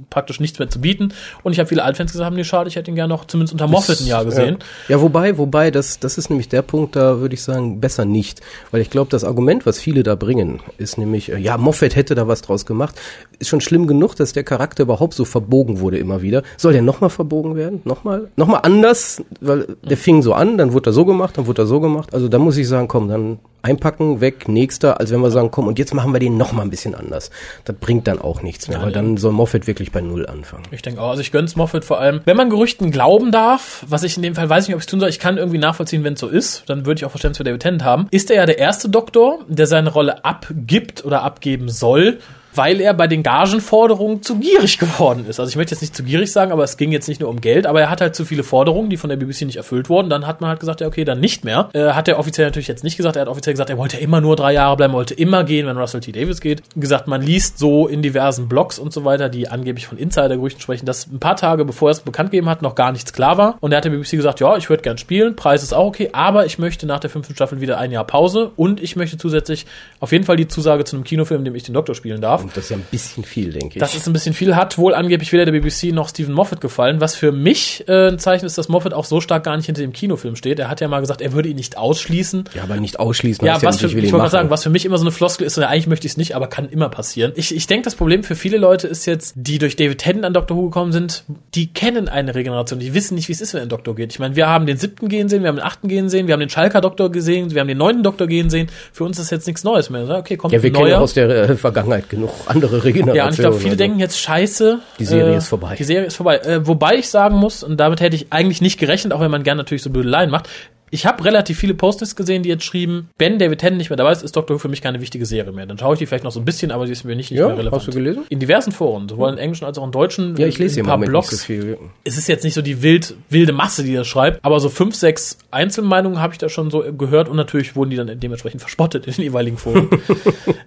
Speaker 1: praktisch nichts mehr zu bieten. Und ich habe viele Altfans gesagt, haben, nee, schade, ich hätte ihn gerne noch zumindest unter Moffat ein Jahr gesehen.
Speaker 2: Ja, ja wobei, wobei, das, das ist nämlich der Punkt, da würde ich sagen, besser nicht. Weil ich glaube, das Argument, was viele da bringen, ist nämlich, äh, ja, Moffat hätte da was draus gemacht. Ist schon schlimm genug, dass der Charakter überhaupt so verbogen wurde immer wieder. Soll der nochmal verbogen werden? Nochmal? Nochmal anders? Weil der fing so an, dann wurde er so gemacht, dann wurde er so gemacht. Also da muss ich sagen, komm, dann einpacken, weg, nächster, als wenn wir sagen, komm, und jetzt machen wir den nochmal ein bisschen anders. Das bringt dann auch nichts mehr, weil dann soll Moffat wirklich bei Null anfangen.
Speaker 1: Ich denke auch, also ich gönn's Moffat vor allem. Wenn man Gerüchten glauben darf, was ich in dem Fall weiß nicht, ob ich tun soll, ich kann irgendwie nachvollziehen, wenn es so ist, dann würde ich auch Verständnis für David Tennant haben. Ist er ja der erste Doktor, der seine Rolle abgibt oder abgeben soll, weil er bei den Gagenforderungen zu gierig geworden ist. Also ich möchte jetzt nicht zu gierig sagen, aber es ging jetzt nicht nur um Geld, aber er hat halt zu viele Forderungen, die von der BBC nicht erfüllt wurden. Dann hat man halt gesagt, ja okay, dann nicht mehr. Äh, hat er offiziell natürlich jetzt nicht gesagt, er hat offiziell gesagt, er wollte immer nur drei Jahre bleiben, wollte immer gehen, wenn Russell T. Davis geht. Gesagt, man liest so in diversen Blogs und so weiter, die angeblich von Insidergerüchten sprechen, dass ein paar Tage bevor er es bekannt gegeben hat, noch gar nichts klar war. Und er hat der BBC gesagt, ja, ich würde gern spielen, Preis ist auch okay, aber ich möchte nach der fünften Staffel wieder ein Jahr Pause und ich möchte zusätzlich auf jeden Fall die Zusage zu einem Kinofilm, in dem ich den Doktor spielen darf.
Speaker 2: Und das ist ja ein bisschen viel, denke ich.
Speaker 1: Das ist ein bisschen viel, hat wohl angeblich weder der BBC noch Stephen Moffat gefallen, was für mich äh, ein Zeichen ist, dass Moffat auch so stark gar nicht hinter dem Kinofilm steht. Er hat ja mal gesagt, er würde ihn nicht ausschließen.
Speaker 2: Ja, aber nicht ausschließen.
Speaker 1: Ja,
Speaker 2: heißt
Speaker 1: was
Speaker 2: nicht,
Speaker 1: für, ich
Speaker 2: will
Speaker 1: wollte
Speaker 2: ihn
Speaker 1: gerade
Speaker 2: machen.
Speaker 1: sagen, was für mich immer so eine Floskel ist, und eigentlich möchte ich es nicht, aber kann immer passieren. Ich, ich denke, das Problem für viele Leute ist jetzt, die durch David Tennant an Doctor Who gekommen sind, die kennen eine Regeneration, die wissen nicht, wie es ist, wenn ein Doktor geht. Ich meine, wir haben den siebten gehen sehen, wir haben den achten gehen sehen, wir haben den Schalker Doktor gesehen, wir haben den neunten Doktor gehen sehen. Für uns ist jetzt nichts Neues mehr. Okay, kommt
Speaker 2: ja, wir
Speaker 1: ein
Speaker 2: kennen ja
Speaker 1: neuer.
Speaker 2: aus der äh, Vergangenheit genug andere Regenerationen.
Speaker 1: Ja, und ich glaube, viele
Speaker 2: also.
Speaker 1: denken jetzt Scheiße. äh,
Speaker 2: Die Serie ist vorbei.
Speaker 1: Die Serie ist vorbei. Äh, wobei ich sagen muss, und damit hätte ich eigentlich nicht gerechnet, auch wenn man gerne natürlich so Blödeleien macht. Ich habe relativ viele Post-its gesehen, die jetzt schrieben, wenn David Tennant nicht mehr dabei ist, ist Doctor Who für mich keine wichtige Serie mehr. Dann schaue ich die vielleicht noch so ein bisschen, aber sie ist mir nicht, nicht
Speaker 2: Ja,
Speaker 1: mehr relevant.
Speaker 2: hast du gelesen?
Speaker 1: In diversen Foren, sowohl in Englischen als auch in Deutschen.
Speaker 2: Ja, ich lese
Speaker 1: in
Speaker 2: hier
Speaker 1: ein paar
Speaker 2: mal
Speaker 1: Blogs.
Speaker 2: Nicht so viel.
Speaker 1: Es ist jetzt nicht so die wild, wilde Masse, die das schreibt, aber so fünf, sechs Einzelmeinungen habe ich da schon so gehört und natürlich wurden die dann dementsprechend verspottet in den jeweiligen Foren.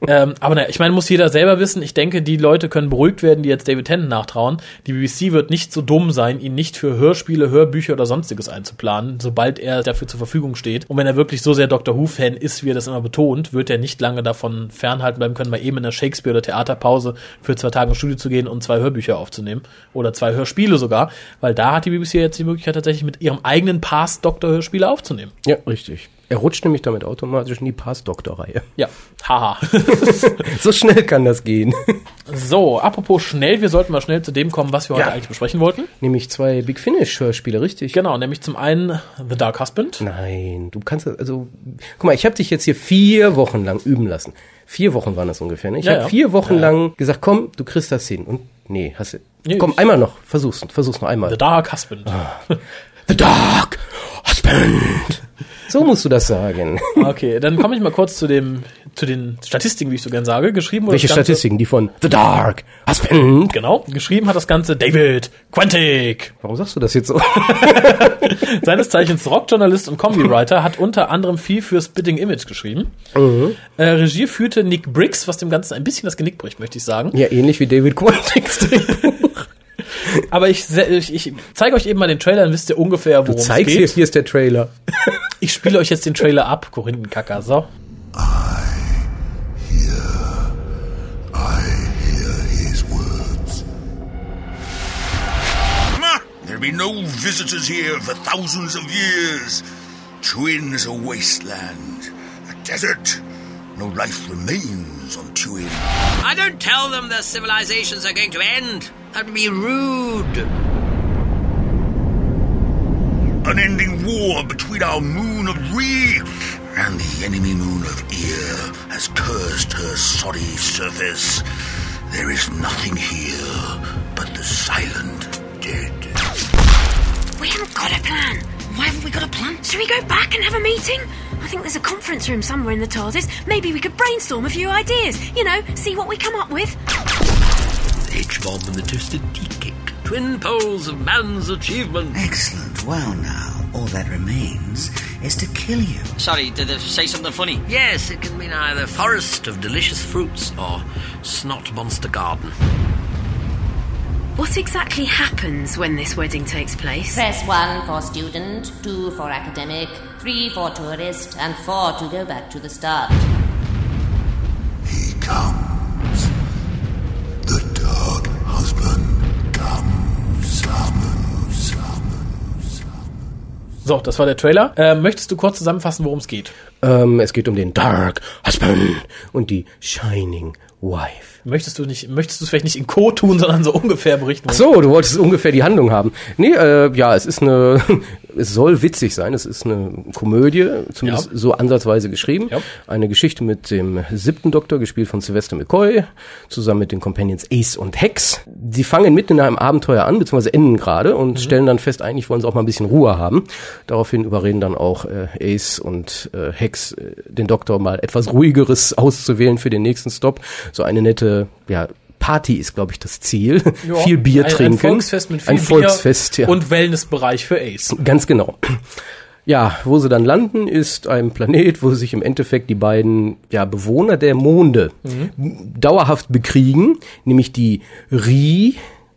Speaker 1: Ähm, aber naja, ich meine, muss jeder selber wissen. Ich denke, die Leute können beruhigt werden, die jetzt David Tennant nachtrauen. Die BBC wird nicht so dumm sein, ihn nicht für Hörspiele, Hörbücher oder sonstiges einzuplanen, sobald er dafür zur Verfügung steht. Und wenn er wirklich so sehr Doctor Who-Fan ist, wie er das immer betont, wird er nicht lange davon fernhalten bleiben können, mal eben in einer Shakespeare- oder Theaterpause für zwei Tage ins Studio zu gehen und zwei Hörbücher aufzunehmen. Oder zwei Hörspiele sogar. Weil da hat die BBC jetzt die Möglichkeit, tatsächlich mit ihrem eigenen Past Doctor Hörspiele aufzunehmen.
Speaker 2: Ja, richtig. Er rutscht nämlich damit automatisch in die Pass-Doktor-Reihe.
Speaker 1: Ja, haha.
Speaker 2: So schnell kann das gehen.
Speaker 1: So, apropos schnell, wir sollten mal schnell zu dem kommen, was wir heute
Speaker 2: Ja.
Speaker 1: eigentlich besprechen wollten.
Speaker 2: Nämlich zwei Big Finish-Hörspiele, richtig?
Speaker 1: Genau, nämlich zum einen The Dark Husband.
Speaker 2: Nein, du kannst das- also. Guck mal, ich habe dich jetzt hier vier Wochen lang üben lassen. Vier Wochen waren das ungefähr. Ne? Ich
Speaker 1: Ja,
Speaker 2: habe
Speaker 1: ja.
Speaker 2: vier Wochen lang gesagt, komm, du kriegst das hin. Und nee, hast du.
Speaker 1: Nee,
Speaker 2: komm,
Speaker 1: ich-
Speaker 2: einmal noch. Versuch's, versuch's noch
Speaker 1: The
Speaker 2: einmal.
Speaker 1: Dark Husband.
Speaker 2: Ah. The Dark Husband. So musst du das sagen.
Speaker 1: Okay, dann komme ich mal kurz zu dem, zu den Statistiken, wie ich so gern sage. Geschrieben wurde
Speaker 2: Welche
Speaker 1: das Ganze-
Speaker 2: Statistiken? Die von The Dark Husband.
Speaker 1: Genau, geschrieben hat das Ganze David Quantic.
Speaker 2: Warum sagst du das jetzt so?
Speaker 1: Seines Zeichens Rockjournalist und Comedy-Writer hat unter anderem viel für Spitting Image geschrieben.
Speaker 2: Mhm.
Speaker 1: Äh, Regie führte Nick Briggs, was dem Ganzen ein bisschen das Genick bricht, möchte ich sagen.
Speaker 2: ja, ähnlich wie David Quantics.
Speaker 1: Aber ich, se- ich, ich zeige euch eben mal den Trailer, dann wisst ihr ungefähr, worum es
Speaker 2: Zeig's
Speaker 1: geht.
Speaker 2: jetzt, hier ist der Trailer.
Speaker 1: Ich spiele euch jetzt den Trailer ab, Korinthenkacker. So.
Speaker 4: I be no visitors here for thousands of years. Tuin is a wasteland, a desert. No life remains on Tuin.
Speaker 5: I don't tell them their civilizations are going to end. That would be rude.
Speaker 4: Unending war between our moon of Re and the enemy moon of Ear has cursed her sorry surface. There is nothing here but the silent dead.
Speaker 6: We haven't got a plan. Why haven't we got a plan? Should we go back and have a meeting? I think there's a conference room somewhere in the TARDIS. Maybe we could brainstorm a few ideas. You know, see what we come up with.
Speaker 5: H bomb and the toasted tea cake. Twin poles of man's achievement.
Speaker 7: Excellent. Well, now, all that remains is to kill you.
Speaker 8: Sorry, did I say something funny?
Speaker 5: Yes, it can mean either forest of delicious fruits or snot monster garden.
Speaker 6: What exactly happens when this wedding takes place?
Speaker 9: Press one for student, two for academic, three for tourist, and four to go back to the start.
Speaker 4: He comes. The dog husband comes. Summons, summons, summons.
Speaker 1: So, das war der Trailer. Ähm, möchtest du kurz zusammenfassen, worum es geht?
Speaker 2: Ähm, es geht um den Dark Husband und die Shining Wife.
Speaker 1: Möchtest du nicht, möchtest du es vielleicht nicht in Co tun, sondern so ungefähr berichten?
Speaker 2: Ach so, du wolltest ungefähr die Handlung haben. Nee, äh, ja, es ist eine, es soll witzig sein, es ist eine Komödie, zumindest
Speaker 1: Ja.
Speaker 2: so ansatzweise geschrieben.
Speaker 1: Ja.
Speaker 2: Eine Geschichte mit dem siebten Doktor, gespielt von Sylvester McCoy, zusammen mit den Companions Ace und Hex. Die fangen mitten in einem Abenteuer an, beziehungsweise enden gerade
Speaker 1: Mhm.
Speaker 2: und stellen dann fest, eigentlich wollen sie auch mal ein bisschen Ruhe haben. Daraufhin überreden dann auch äh, Ace und äh, Hex, äh, den Doktor mal etwas Ruhigeres auszuwählen für den nächsten Stopp. So eine nette, ja, Party ist, glaube ich, das Ziel.
Speaker 1: Ja.
Speaker 2: viel Bier
Speaker 1: ein,
Speaker 2: trinken.
Speaker 1: Ein Volksfest mit viel
Speaker 2: Ein Volksfest,
Speaker 1: Bier
Speaker 2: ja.
Speaker 1: Und Wellnessbereich für Ace.
Speaker 2: Ganz genau. Ja, wo sie dann landen, ist ein Planet, wo sich im Endeffekt die beiden ja, Bewohner der Monde
Speaker 1: Mhm.
Speaker 2: dauerhaft bekriegen, nämlich die Ri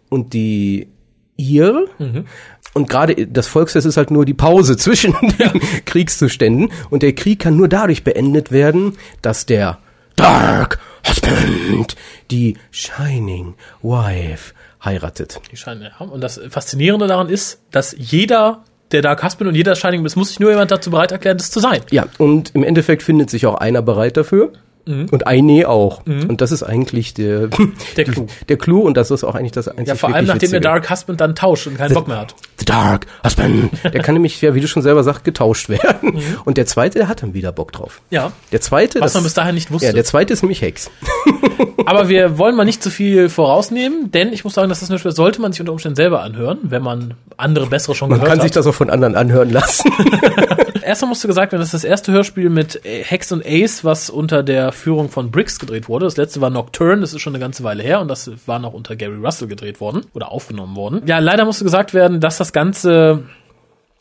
Speaker 2: und die Ir.
Speaker 1: Mhm.
Speaker 2: Und gerade das Volksfest ist halt nur die Pause zwischen den Kriegszuständen. Und der Krieg kann nur dadurch beendet werden, dass der Dark Husband die Shining Wife heiratet.
Speaker 1: Die scheinen, ja. Und das Faszinierende daran ist, dass jeder, der Dark Husband und jeder Shining, es muss sich nur jemand dazu bereit erklären, das zu sein.
Speaker 2: Ja, und im Endeffekt findet sich auch einer bereit dafür. Und eine auch. Und das ist eigentlich der,
Speaker 1: Mhm. Der Clou.
Speaker 2: der Clou und das ist auch eigentlich das einzige
Speaker 1: Ja, vor allem
Speaker 2: wirklich
Speaker 1: nachdem der
Speaker 2: Witzige.
Speaker 1: Dark Husband dann tauscht und keinen Bock mehr hat.
Speaker 2: The Dark Husband. Der kann nämlich, ja, wie du schon selber sagst, getauscht werden. Und der zweite, der hat dann wieder Bock drauf.
Speaker 1: Mhm. Ja.
Speaker 2: Der zweite,
Speaker 1: Was man bis dahin nicht wusste.
Speaker 2: Ja, der zweite ist nämlich Hex.
Speaker 1: Aber wir wollen mal nicht zu viel vorausnehmen, denn ich muss sagen, das ist eine Schwer, sollte man sich unter Umständen selber anhören, wenn man andere bessere schon
Speaker 2: Man
Speaker 1: gehört
Speaker 2: kann
Speaker 1: hat.
Speaker 2: sich das auch von anderen anhören lassen.
Speaker 1: Erstmal musste gesagt werden, das ist das erste Hörspiel mit äh, Hex und Ace, was unter der Führung von Briggs gedreht wurde. Das letzte war Nocturne, das ist schon eine ganze Weile her und das war noch unter Gary Russell gedreht worden oder aufgenommen worden. Ja, leider musste gesagt werden, dass das Ganze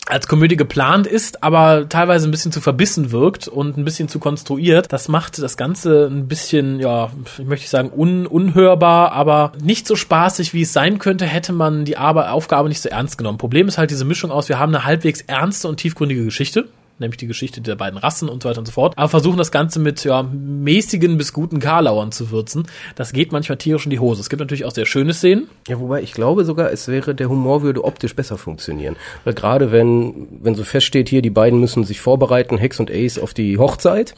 Speaker 1: als Komödie geplant ist, aber teilweise ein bisschen zu verbissen wirkt und ein bisschen zu konstruiert. Das macht das Ganze ein bisschen, ja, ich möchte sagen, un unhörbar, aber nicht so spaßig, wie es sein könnte, hätte man die Arbe Aufgabe nicht so ernst genommen. Problem ist halt diese Mischung aus, wir haben eine halbwegs ernste und tiefgründige Geschichte. Nämlich die Geschichte der beiden Rassen und so weiter und so fort. Aber versuchen das Ganze mit ja, mäßigen bis guten Karlauern zu würzen. Das geht manchmal tierisch in die Hose. Es gibt natürlich auch sehr schöne Szenen.
Speaker 2: Ja, wobei ich glaube sogar, es wäre, der Humor würde optisch besser funktionieren. Weil gerade wenn, wenn so feststeht hier, die beiden müssen sich vorbereiten, Hex und Ace auf die Hochzeit,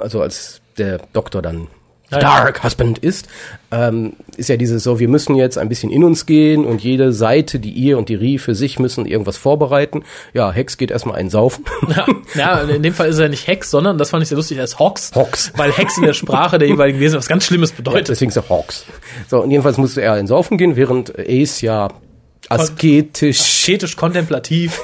Speaker 2: also als der Doktor dann
Speaker 1: Mhm. Ja, ja.
Speaker 2: Dark Husband ist, ähm, ist ja dieses so, wir müssen jetzt ein bisschen in uns gehen und jede Seite, die ihr und die Rie für sich müssen irgendwas vorbereiten. Ja, Hex geht erstmal einen saufen.
Speaker 1: Ja, ja, in dem Fall ist er nicht Hex, sondern das fand ich sehr lustig, er ist Hox.
Speaker 2: Hox.
Speaker 1: Weil Hex in der Sprache der jeweiligen Wesen was ganz Schlimmes bedeutet.
Speaker 2: Deswegen ist er Hawks. So, und jedenfalls musste er einen saufen gehen, während Ace ja asketisch
Speaker 1: Schetisch kontemplativ.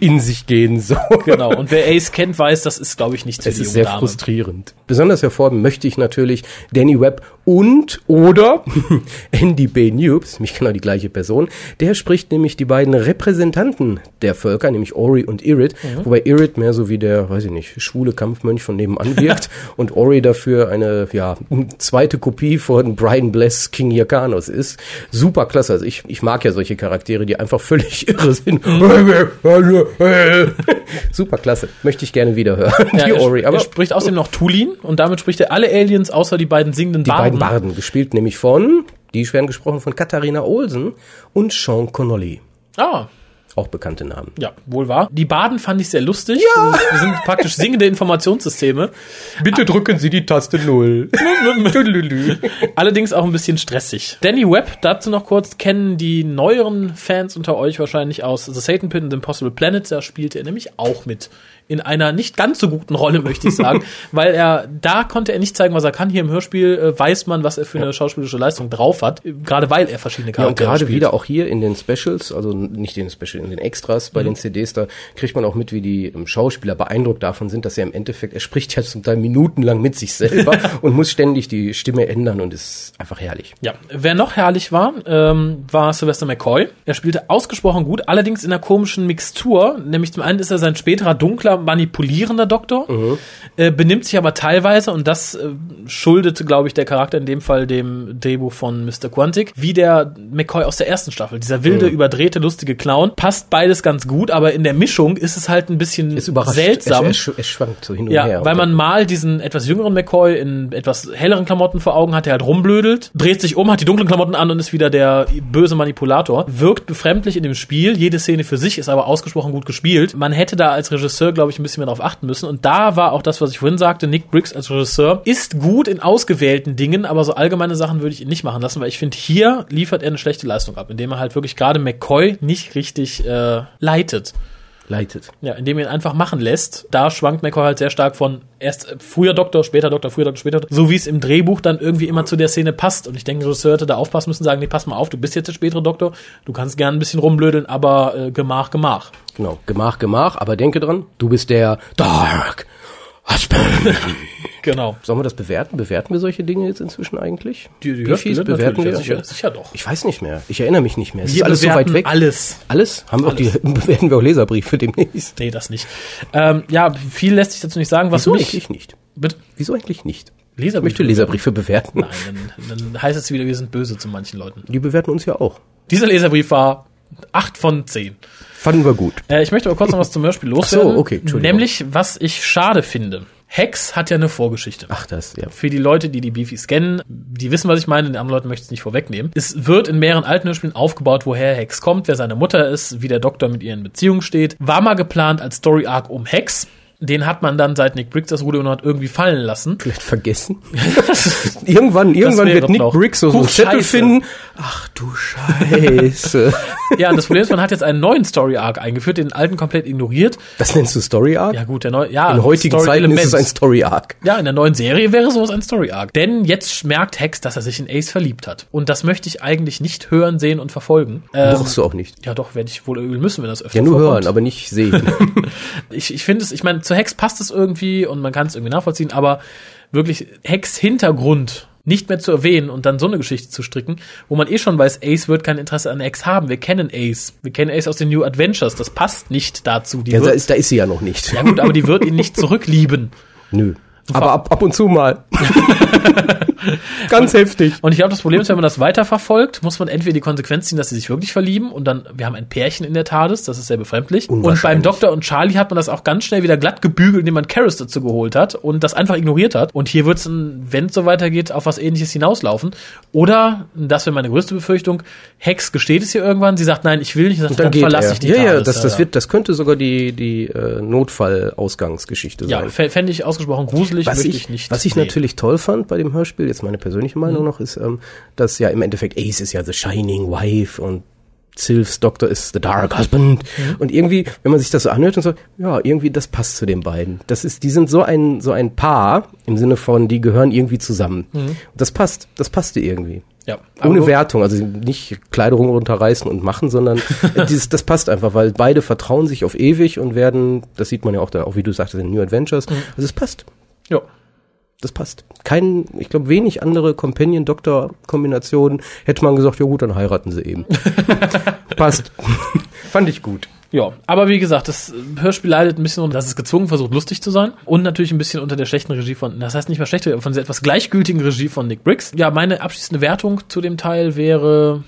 Speaker 2: in sich gehen soll.
Speaker 1: genau. Und wer Ace kennt, weiß, das ist, glaube ich, nichts für
Speaker 2: Es
Speaker 1: die
Speaker 2: ist
Speaker 1: junge
Speaker 2: sehr
Speaker 1: Dame.
Speaker 2: frustrierend. Besonders hervorheben möchte ich natürlich Danny Webb und oder Andy B. Newb, ist mich genau die gleiche Person. Der spricht nämlich die beiden Repräsentanten der Völker, nämlich Ori und Irid,
Speaker 1: Mhm.
Speaker 2: wobei Irid mehr so wie der, weiß ich nicht, schwule Kampfmönch von nebenan wirkt und Ori dafür eine ja, zweite Kopie von Brian Bless King Yakanos ist. Super klasse. Also ich, ich mag ja solche Charaktere, die einfach völlig irre sind.
Speaker 1: Mhm.
Speaker 2: Super klasse. Möchte ich gerne wieder hören.
Speaker 1: Ja,
Speaker 2: Die
Speaker 1: er,
Speaker 2: Ori, aber
Speaker 1: er spricht außerdem noch Tulin und damit spricht er alle Aliens außer die beiden singenden
Speaker 2: die
Speaker 1: Barden.
Speaker 2: beiden Barden, gespielt nämlich von, die werden gesprochen von Katharina Olsen und Sean Connolly.
Speaker 1: Ah,
Speaker 2: Auch bekannte Namen.
Speaker 1: ja, wohl wahr. Die Baden fand ich sehr lustig. Wir sind praktisch singende Informationssysteme.
Speaker 2: Bitte drücken Sie die Taste Null.
Speaker 1: Allerdings auch ein bisschen stressig. Danny Webb, dazu noch kurz, kennen die neueren Fans unter euch wahrscheinlich aus The Satan Pit und The Impossible Planet. Da spielte er nämlich auch mit. In einer nicht ganz so guten Rolle, möchte ich sagen. weil er, da konnte er nicht zeigen, was er kann. Hier im Hörspiel äh, weiß man, was er für eine schauspielerische Leistung drauf hat. Äh, Gerade weil er verschiedene
Speaker 2: Ja, und
Speaker 1: Charaktere
Speaker 2: gerade
Speaker 1: spielt.
Speaker 2: wieder auch hier in den Specials, also nicht in den Specials, in den Extras bei den CDs, da kriegt man auch mit, wie die ähm, Schauspieler beeindruckt davon sind, dass er im Endeffekt, er spricht ja zum Teil minutenlang mit sich selber und muss ständig die Stimme ändern und ist einfach herrlich.
Speaker 1: Ja, wer noch herrlich war, ähm, war Sylvester McCoy. Er spielte ausgesprochen gut, allerdings in einer komischen Mixtur. Nämlich zum einen ist er sein späterer, dunkler, manipulierender Doktor,
Speaker 2: Mhm.
Speaker 1: äh, benimmt sich aber teilweise, und das äh, schuldete, glaube ich, der Charakter in dem Fall dem Drehbuch von Mr. Quantic, wie der McCoy aus der ersten Staffel. Dieser wilde,
Speaker 2: Mhm.
Speaker 1: überdrehte, lustige Clown. Passt beides ganz gut, aber in der Mischung ist es halt ein bisschen
Speaker 2: Ist überrascht.
Speaker 1: seltsam.
Speaker 2: Es, es, es schwankt so hin und
Speaker 1: Ja,
Speaker 2: her.
Speaker 1: weil man mal diesen etwas jüngeren McCoy in etwas helleren Klamotten vor Augen hat, der halt rumblödelt, dreht sich um, hat die dunklen Klamotten an und ist wieder der böse Manipulator. Wirkt befremdlich in dem Spiel, jede Szene für sich ist aber ausgesprochen gut gespielt. Man hätte da als Regisseur, glaube ich, ein bisschen mehr drauf achten müssen. Und da war auch das, was ich vorhin sagte, Nick Briggs als Regisseur ist gut in ausgewählten Dingen, aber so allgemeine Sachen würde ich ihn nicht machen lassen, weil ich finde, hier liefert er eine schlechte Leistung ab, indem er halt wirklich gerade McCoy nicht richtig äh, leitet.
Speaker 2: leitet.
Speaker 1: Ja, indem ihr ihn einfach machen lässt. Da schwankt McCoy halt sehr stark von erst früher Doktor, später Doktor, früher Doktor, später Doktor, so wie es im Drehbuch dann irgendwie immer zu der Szene passt. Und ich denke, Regisseur hätte da aufpassen müssen, sagen, nee, pass mal auf, du bist jetzt der spätere Doktor, du kannst gerne ein bisschen rumblödeln, aber äh, Gemach, Gemach.
Speaker 2: Genau, Gemach, Gemach, aber denke dran, du bist der Dark Husband.
Speaker 1: Genau.
Speaker 2: Sollen wir das bewerten? Bewerten wir solche Dinge jetzt inzwischen eigentlich?
Speaker 1: Die- die
Speaker 2: Beefies
Speaker 1: Hörspiele
Speaker 2: bewerten wir?
Speaker 1: natürlich, ja, sicher- sicher doch.
Speaker 2: Ich weiß nicht mehr. Ich erinnere mich nicht mehr. Es
Speaker 1: Wir
Speaker 2: ist alles so
Speaker 1: bewerten
Speaker 2: weit weg.
Speaker 1: alles.
Speaker 2: Alles? Haben wir auch die, bewerten wir auch Leserbriefe demnächst?
Speaker 1: Nee, das nicht. Ähm, ja, viel lässt sich dazu nicht sagen, was
Speaker 2: Wieso
Speaker 1: mich...
Speaker 2: eigentlich nicht?
Speaker 1: Bitte?
Speaker 2: Wieso eigentlich nicht? Ich
Speaker 1: Leserbriefe
Speaker 2: möchte Leserbriefe bewerten.
Speaker 1: Nein, dann, dann heißt es wieder, wir sind böse zu manchen Leuten.
Speaker 2: Die bewerten uns ja auch.
Speaker 1: Dieser Leserbrief war 8 von 10.
Speaker 2: Fanden wir gut.
Speaker 1: Äh, ich möchte aber kurz noch was zum Hörspiel loswerden.
Speaker 2: Ach so, okay, Entschuldigung.
Speaker 1: Nämlich, was ich schade finde. Hex hat ja eine Vorgeschichte.
Speaker 2: Ach, das, ja.
Speaker 1: Für die Leute, die die Beefies kennen, die wissen, was ich meine, den anderen Leuten möchte ich es nicht vorwegnehmen. Es wird in mehreren alten Hörspielen aufgebaut, woher Hex kommt, wer seine Mutter ist, wie der Doktor mit ihr in Beziehung steht. War mal geplant als Story-Arc um Hex. Den hat man dann seit Nick Briggs das Ruder genommen hat irgendwie fallen lassen.
Speaker 2: Vielleicht vergessen. irgendwann, irgendwann
Speaker 1: wäre
Speaker 2: wird Nick
Speaker 1: noch.
Speaker 2: Briggs so, so einen
Speaker 1: Huch,
Speaker 2: Zettel
Speaker 1: Scheiße.
Speaker 2: finden. Ach du Scheiße.
Speaker 1: Ja, das Problem ist, man hat jetzt einen neuen Story-Arc eingeführt, den alten komplett ignoriert.
Speaker 2: das nennst du Story Arc?
Speaker 1: Ja gut, der neue, ja.
Speaker 2: In heutigen Zeiten ist es ein
Speaker 1: Story-Element.
Speaker 2: Story Arc.
Speaker 1: Ja, in der neuen Serie wäre sowas ein Story-Arc. Denn jetzt merkt Hex, dass er sich in Ace verliebt hat. Und das möchte ich eigentlich nicht hören, sehen und verfolgen. Ähm,
Speaker 2: Brauchst du auch nicht.
Speaker 1: ja, doch, werde ich wohl üben müssen, wenn das öfter
Speaker 2: Ja, nur
Speaker 1: vorkommt.
Speaker 2: hören, aber nicht sehen.
Speaker 1: Ich, ich finde es, ich meine, zu Hex passt es irgendwie und man kann es irgendwie nachvollziehen, aber wirklich Hex-Hintergrund nicht mehr zu erwähnen und dann so eine Geschichte zu stricken, wo man eh schon weiß, Ace wird kein Interesse an Hex haben. Wir kennen Ace. Wir kennen Ace aus den New Adventures. Das passt nicht dazu. Die
Speaker 2: ja, da
Speaker 1: wird,
Speaker 2: ist, da ist sie ja noch nicht.
Speaker 1: ja gut, aber die wird ihn nicht zurücklieben.
Speaker 2: Nö. Aber ab, ab und zu mal. Ganz heftig.
Speaker 1: Und ich glaube, das Problem ist, wenn man das weiterverfolgt, muss man entweder die Konsequenz ziehen, dass sie sich wirklich verlieben und dann, wir haben ein Pärchen in der TARDIS, das ist sehr befremdlich. Und beim
Speaker 2: Unwahrscheinlich.
Speaker 1: Doktor und Charlie hat man das auch ganz schnell wieder glatt gebügelt, indem man Karis dazu geholt hat und das einfach ignoriert hat. Und hier wird es, wenn es so weitergeht, auf was ähnliches hinauslaufen. Oder, das wäre meine größte Befürchtung, Hex gesteht es hier irgendwann, sie sagt, nein, ich will nicht, und sagt,
Speaker 2: Dann, geht
Speaker 1: verlasse
Speaker 2: er.
Speaker 1: ich die
Speaker 2: ja,
Speaker 1: TARDIS.
Speaker 2: ja, das, das
Speaker 1: Ja,
Speaker 2: wird, das könnte sogar die, die äh, Notfallausgangsgeschichte
Speaker 1: ja,
Speaker 2: sein.
Speaker 1: fände ich ausgesprochen gruselig,
Speaker 2: Was
Speaker 1: möchte
Speaker 2: ich,
Speaker 1: ich, nicht.
Speaker 2: was ich
Speaker 1: sehen. Mhm.
Speaker 2: natürlich toll fand bei dem Hörspiel, jetzt meine persönliche Meinung noch, ist, ähm, dass ja im Endeffekt Ace ist ja The Shining Wife und Sylphs Doktor ist The Dark Husband.
Speaker 1: Mhm.
Speaker 2: Und irgendwie, wenn man sich das so anhört und so, ja, irgendwie das passt zu den beiden. Das ist, die sind so ein, so ein Paar im Sinne von, die gehören irgendwie zusammen. Und das passt, das passte irgendwie.
Speaker 1: Mhm. Ja.
Speaker 2: Ohne
Speaker 1: Aber-
Speaker 2: Wertung, also nicht Kleidung runterreißen und machen, sondern äh, dieses, das passt einfach, weil beide vertrauen sich auf ewig und werden, das sieht man ja auch da, auch wie du sagtest, in New Adventures.
Speaker 1: Mhm.
Speaker 2: Also es passt.
Speaker 1: Ja.
Speaker 2: Das passt. Kein, ich glaube, wenig andere Companion-Doktor-Kombinationen hätte man gesagt, ja gut, dann heiraten sie eben. passt. Fand ich gut.
Speaker 1: Ja, aber wie gesagt, das äh, Hörspiel leidet ein bisschen, unter, dass es gezwungen versucht, lustig zu sein. Und natürlich ein bisschen unter der schlechten Regie von, das heißt nicht mal schlechte, von dieser etwas gleichgültigen Regie von Nick Briggs. Ja, meine abschließende Wertung zu dem Teil wäre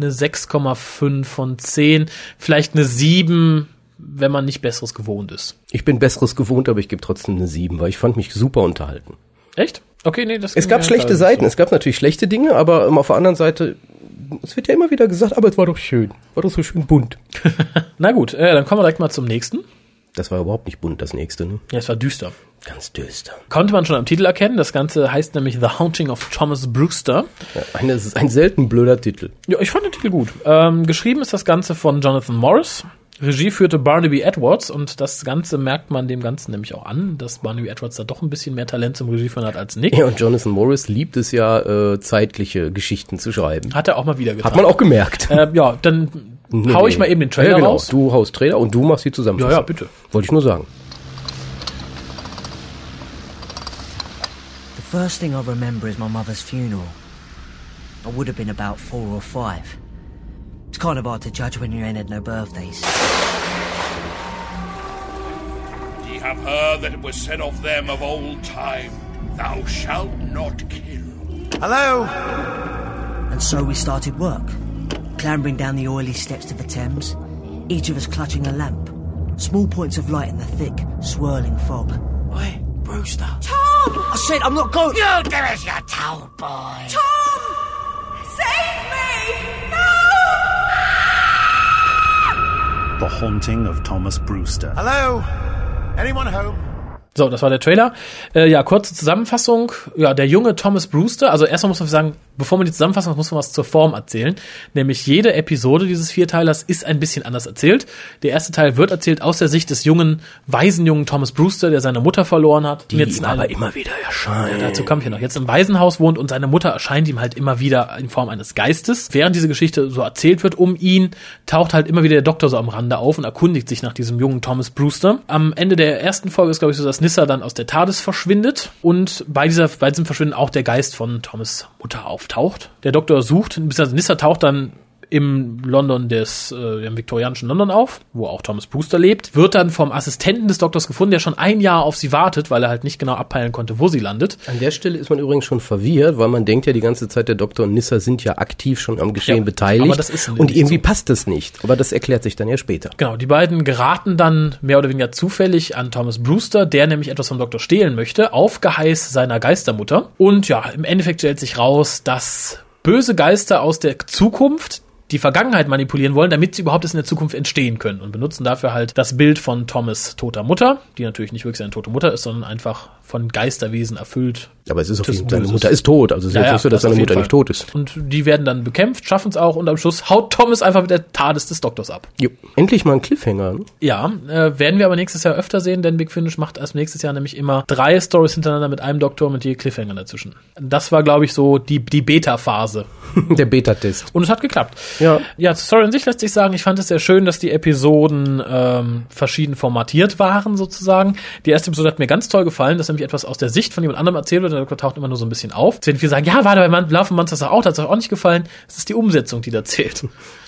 Speaker 1: eine 6,5 von 10, vielleicht eine 7, wenn man nicht Besseres gewohnt ist.
Speaker 2: Ich bin Besseres gewohnt, aber ich gebe trotzdem eine 7, weil ich fand mich super unterhalten.
Speaker 1: Echt? Okay, nee, das
Speaker 2: Es
Speaker 1: ging
Speaker 2: gab
Speaker 1: mir
Speaker 2: schlechte
Speaker 1: teilweise
Speaker 2: Seiten,
Speaker 1: so.
Speaker 2: es gab natürlich schlechte Dinge, aber ähm, auf der anderen Seite es wird ja immer wieder gesagt, aber es war doch schön. War doch so schön bunt.
Speaker 1: Na gut, äh, dann kommen wir direkt mal zum nächsten.
Speaker 2: Das war überhaupt nicht bunt, das nächste, ne?
Speaker 1: Ja, es war düster.
Speaker 2: Ganz düster.
Speaker 1: Konnte man schon am Titel erkennen. Das Ganze heißt nämlich The Haunting of Thomas Brewster.
Speaker 2: Ja, eine, ein selten blöder Titel.
Speaker 1: Ja, ich fand den Titel gut. Ähm, geschrieben ist das Ganze von Jonathan Morris. Regie führte Barnaby Edwards und das Ganze merkt man dem Ganzen nämlich auch an, dass Barnaby Edwards da doch ein bisschen mehr Talent zum Regieführen hat als Nick.
Speaker 2: Ja, und Jonathan Morris liebt es ja, äh, zeitliche Geschichten zu schreiben.
Speaker 1: Hat er auch mal wieder getan.
Speaker 2: Hat man auch gemerkt.
Speaker 1: Äh, ja, dann hau ich mal eben den Trailer
Speaker 2: ja, genau.
Speaker 1: raus.
Speaker 2: Du haust Trailer und du machst die zusammen.
Speaker 1: Ja, ja, bitte.
Speaker 2: Wollte ich nur sagen.
Speaker 7: The first thing I remember is my mother's funeral. I would have been about four or five. It's kind of hard to judge when you ain't had no birthdays.
Speaker 4: Ye have heard that it was said of them of old time, Thou shalt not kill.
Speaker 7: And so we started work, clambering down the oily steps to the Thames, each of us clutching a lamp, small points of light in the thick, swirling fog. Oi, Brewster. Tom! I said I'm not going.
Speaker 4: You do as you're told, boy.
Speaker 10: The Haunting of Thomas Brewster.
Speaker 1: So, das war der Trailer. Äh, ja, kurze Zusammenfassung. Ja, der junge Thomas Brewster, also erstmal muss man sagen, bevor man die Zusammenfassung macht, muss man was zur Form erzählen. Nämlich jede Episode dieses Vierteilers ist ein bisschen anders erzählt. Der erste Teil wird erzählt aus der Sicht des jungen, weisen jungen Thomas Brewster, der seine Mutter verloren hat. Die
Speaker 2: ihm aber immer wieder erscheint.
Speaker 1: Dazu kam ich ja noch. Jetzt im Waisenhaus wohnt und seine Mutter erscheint ihm halt immer wieder in Form eines Geistes. Während diese Geschichte so erzählt wird um ihn, taucht halt immer wieder der Doktor so am Rande auf und erkundigt sich nach diesem jungen Thomas Brewster. Am Ende der ersten Folge ist, glaube ich, so, dass Nissa dann aus der TARDIS verschwindet und bei, dieser, bei diesem Verschwinden auch der Geist von Thomas Mutter auftaucht. Der Doktor sucht, beziehungsweise Nissa taucht dann im London des, äh, im viktorianischen London auf, wo auch Thomas Brewster lebt, wird dann vom Assistenten des Doktors gefunden, der schon ein Jahr auf sie wartet, weil er halt nicht genau abpeilen konnte, wo sie landet.
Speaker 2: An der Stelle ist man übrigens schon verwirrt, weil man denkt ja die ganze Zeit, der Doktor und Nissa sind ja aktiv schon am Geschehen
Speaker 1: Ja,
Speaker 2: beteiligt.
Speaker 1: aber das ist
Speaker 2: und
Speaker 1: nicht
Speaker 2: irgendwie passt das nicht. Aber das erklärt sich dann ja später.
Speaker 1: Genau, die beiden geraten dann mehr oder weniger zufällig an Thomas Brewster, der nämlich etwas vom Doktor stehlen möchte, auf Geheiß seiner Geistermutter. Und ja, im Endeffekt stellt sich raus, dass böse Geister aus der Zukunft die Vergangenheit manipulieren wollen, damit sie überhaupt erst in der Zukunft entstehen können und benutzen dafür halt das Bild von Thomas toter Mutter, die natürlich nicht wirklich seine tote Mutter ist, sondern einfach von Geisterwesen erfüllt
Speaker 2: Aber es ist auf
Speaker 1: Das
Speaker 2: jeden Fall, seine
Speaker 1: Böses.
Speaker 2: Mutter ist tot. Also es ist
Speaker 1: Ja,
Speaker 2: jetzt
Speaker 1: ja,
Speaker 2: nicht so, dass
Speaker 1: das auf
Speaker 2: seine
Speaker 1: jeden
Speaker 2: Mutter
Speaker 1: Fall.
Speaker 2: nicht tot ist.
Speaker 1: und die werden dann bekämpft, schaffen es auch und am Schluss haut Thomas einfach mit der TARDIS des Doktors ab.
Speaker 2: Jo. Endlich mal ein Cliffhanger. Ne?
Speaker 1: Ja, äh, werden wir aber nächstes Jahr öfter sehen, denn Big Finish macht als nächstes Jahr nämlich immer drei Stories hintereinander mit einem Doktor mit je Cliffhanger dazwischen. Das war, glaube ich, so die, die Beta-Phase.
Speaker 2: Der Beta-Test.
Speaker 1: Und es hat geklappt.
Speaker 2: Ja.
Speaker 1: Ja, zur Story an sich lässt sich sagen, ich fand es sehr schön, dass die Episoden ähm, verschieden formatiert waren, sozusagen. Die erste Episode hat mir ganz toll gefallen, dass nämlich etwas aus der Sicht von jemand anderem erzählt wird, und der Doktor taucht immer nur so ein bisschen auf. Wenn viele sagen, ja, warte, bei Man Love and Monsters doch auch, das hat es auch nicht gefallen. Es ist die Umsetzung, die da zählt.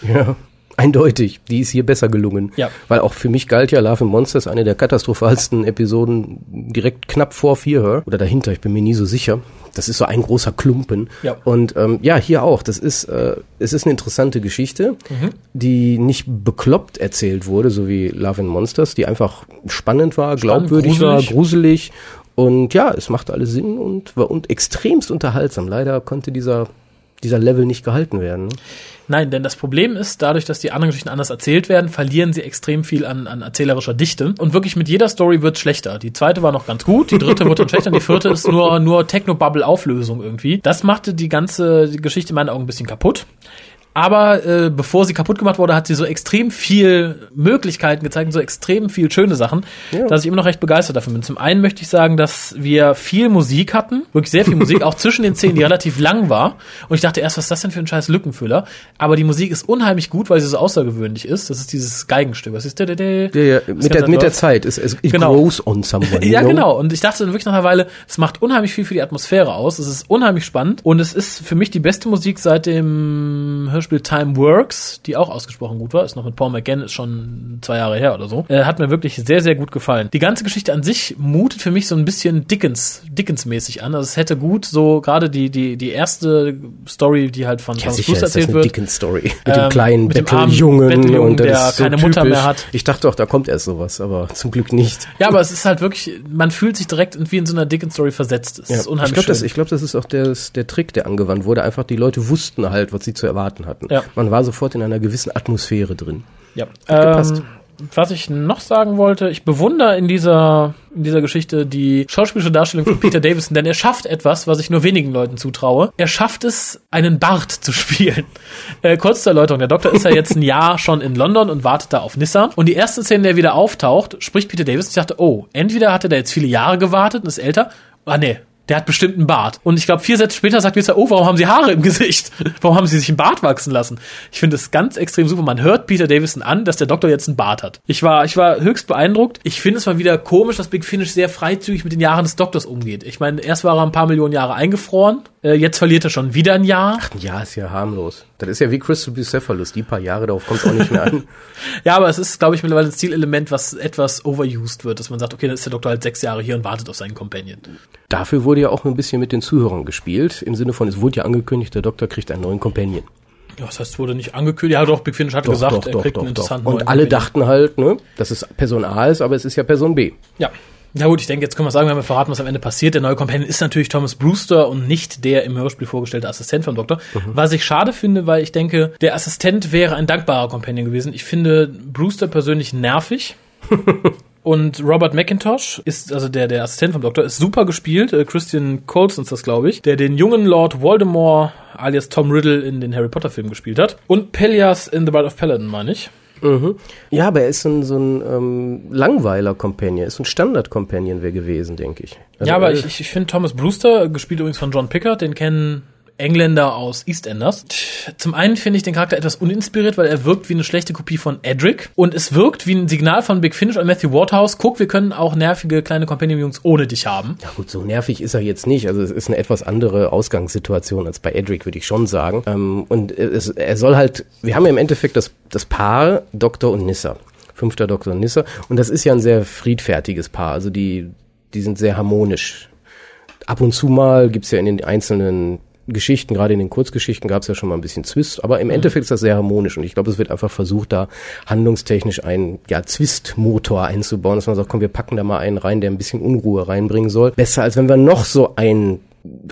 Speaker 2: Ja. Eindeutig, die ist hier besser gelungen.
Speaker 1: Ja.
Speaker 2: Weil auch für mich galt ja Love and Monsters eine der katastrophalsten Episoden direkt knapp vor Fear Her oder dahinter, ich bin mir nie so sicher. Das ist so ein großer Klumpen.
Speaker 1: Ja.
Speaker 2: Und ähm, ja, hier auch. Das ist, äh, es ist eine interessante Geschichte,
Speaker 1: Mhm.
Speaker 2: die nicht bekloppt erzählt wurde, so wie Love and Monsters, die einfach spannend war, glaubwürdig
Speaker 1: gruselig.
Speaker 2: war, gruselig. Und ja, es macht alles Sinn und war und extremst unterhaltsam. Leider konnte dieser, dieser Level nicht gehalten werden. ne?
Speaker 1: Nein, denn das Problem ist, dadurch, dass die anderen Geschichten anders erzählt werden, verlieren sie extrem viel an, an erzählerischer Dichte. Und wirklich mit jeder Story wird schlechter. Die zweite war noch ganz gut, die dritte wurde dann schlechter und die vierte ist nur, nur Technobubble-Auflösung irgendwie. Das machte die ganze Geschichte in meinen Augen ein bisschen kaputt. Aber äh, bevor sie kaputt gemacht wurde, hat sie so extrem viel Möglichkeiten gezeigt, und so extrem viel schöne Sachen, dass ich immer noch recht begeistert davon bin. Zum einen möchte ich sagen, dass wir viel Musik hatten, wirklich sehr viel Musik, auch zwischen den Szenen, die relativ lang war. Und ich dachte erst, was ist das denn für ein scheiß Lückenfüller? Aber die Musik ist unheimlich gut, weil sie so außergewöhnlich ist. Das ist dieses Geigenstück. Was ist der?
Speaker 2: Ja, ja, mit, der, mit der Zeit. Es, es, it
Speaker 1: Genau.
Speaker 2: grows on someone. you
Speaker 1: Ja,
Speaker 2: know?
Speaker 1: genau. Und ich dachte dann wirklich nach einer Weile, es macht unheimlich viel für die Atmosphäre aus. Es ist unheimlich spannend. Und es ist für mich die beste Musik seit dem Hörspiel Time Works, die auch ausgesprochen gut war. Ist noch mit Paul McGann, ist schon zwei Jahre her oder so. Äh, hat mir wirklich sehr, sehr gut gefallen. Die ganze Geschichte an sich mutet für mich so ein bisschen Dickens, Dickens-mäßig an. Also es hätte gut so gerade die, die, die erste Story, die halt von
Speaker 2: Ja,
Speaker 1: Thomas
Speaker 2: sicher
Speaker 1: Bruce
Speaker 2: ist das
Speaker 1: erzählt
Speaker 2: eine
Speaker 1: wird.
Speaker 2: Dickens-Story. Mit
Speaker 1: Ähm,
Speaker 2: dem kleinen
Speaker 1: mit dem armen
Speaker 2: Betteljungen.
Speaker 1: Betteljungen,
Speaker 2: und das
Speaker 1: der
Speaker 2: ist so
Speaker 1: keine
Speaker 2: typisch.
Speaker 1: Mutter mehr hat.
Speaker 2: Ich dachte auch, da kommt erst sowas, aber zum Glück nicht.
Speaker 1: Ja, aber es ist halt wirklich, man fühlt sich direkt wie in so einer Dickens-Story versetzt. Es
Speaker 2: Ja,
Speaker 1: ist unheimlich
Speaker 2: ich glaube, das,
Speaker 1: schön.
Speaker 2: ich glaub, das ist auch der, der Trick, der angewandt wurde. Einfach die Leute wussten halt, was sie zu erwarten hatten.
Speaker 1: Ja.
Speaker 2: Man war sofort in einer gewissen Atmosphäre drin.
Speaker 1: Ja.
Speaker 2: gepasst.
Speaker 1: Ähm, was ich noch sagen wollte, ich bewundere in dieser, in dieser Geschichte die schauspielische Darstellung von Peter Davison, denn er schafft etwas, was ich nur wenigen Leuten zutraue. Er schafft es, einen Bart zu spielen. Äh, kurz zur Erläuterung, der Doktor ist ja jetzt ein Jahr schon in London und wartet da auf Nissa. Und die erste Szene, in der er wieder auftaucht, spricht Peter Davison. Ich dachte, oh, entweder hat er da jetzt viele Jahre gewartet und ist älter. Ah, nee. Der hat bestimmt einen Bart. Und ich glaube, vier Sätze später sagt Peter, oh, warum haben sie Haare im Gesicht? Warum haben sie sich einen Bart wachsen lassen? Ich finde es ganz extrem super. Man hört Peter Davison an, dass der Doktor jetzt einen Bart hat. Ich war, ich war höchst beeindruckt. Ich finde es mal wieder komisch, dass Big Finish sehr freizügig mit den Jahren des Doktors umgeht. Ich meine, erst war er ein paar Millionen Jahre eingefroren, äh, jetzt verliert er schon wieder ein Jahr.
Speaker 2: Ja, ist ja harmlos. Das ist ja wie Crystal Bucephalus. Die paar Jahre darauf kommt es auch nicht mehr an.
Speaker 1: Ja, aber es ist, glaube ich, mittlerweile ein Stilelement, was etwas overused wird, dass man sagt, okay, dann ist der Doktor halt sechs Jahre hier und wartet auf seinen Companion.
Speaker 2: Dafür wurde ja auch ein bisschen mit den Zuhörern gespielt. Im Sinne von, es wurde ja angekündigt, der Doktor kriegt einen neuen Companion.
Speaker 1: Ja, das heißt, es wurde nicht angekündigt. Ja, doch, Big Finish hat gesagt, er kriegt einen interessanten neuen
Speaker 2: Und alle
Speaker 1: Companion.
Speaker 2: dachten halt, ne, dass es Person A ist, aber es ist ja Person B.
Speaker 1: Ja. Ja gut, ich denke, jetzt können wir sagen, wir haben ja verraten, was am Ende passiert. Der neue Companion ist natürlich Thomas Brewster und nicht der im Hörspiel vorgestellte Assistent vom Doktor. Was ich schade finde, weil ich denke, der Assistent wäre ein dankbarer Companion gewesen. Ich finde Brewster persönlich nervig. Und Robert McIntosh ist, also der, der Assistent vom Doktor, ist super gespielt. Äh, Christian Coulson ist das, glaube ich, der den jungen Lord Voldemort alias Tom Riddle in den Harry Potter-Filmen gespielt hat. Und Pelias in The Bride of Paladin, meine ich.
Speaker 2: Ja, aber er ist so ein, so ein ähm, langweiler Companion, ist ein Standard-Companion wäre gewesen, denke ich. Also,
Speaker 1: ja, aber
Speaker 2: äh,
Speaker 1: ich, ich, ich finde Thomas Brewster, gespielt übrigens von John Pickard, den kennen Engländer aus EastEnders. Zum einen finde ich den Charakter etwas uninspiriert, weil er wirkt wie eine schlechte Kopie von Edric und es wirkt wie ein Signal von Big Finish an Matthew Waterhouse. Guck, wir können auch nervige kleine Companion-Jungs ohne dich haben.
Speaker 2: Ja gut, so nervig ist er jetzt nicht. Also es ist eine etwas andere Ausgangssituation als bei Edric, würde ich schon sagen. Ähm, und es, er soll halt, wir haben ja im Endeffekt das, das Paar Doktor und Nissa. Fünfter Doktor und Nissa. Und das ist ja ein sehr friedfertiges Paar. Also die, die sind sehr harmonisch. Ab und zu mal gibt's ja in den einzelnen Geschichten, gerade in den Kurzgeschichten gab's ja schon mal ein bisschen Zwist, aber im Endeffekt ist das sehr harmonisch und ich glaube, es wird einfach versucht, da handlungstechnisch einen ja, Zwistmotor einzubauen, dass man sagt, komm, wir packen da mal einen rein, der ein bisschen Unruhe reinbringen soll. Besser als wenn wir noch so einen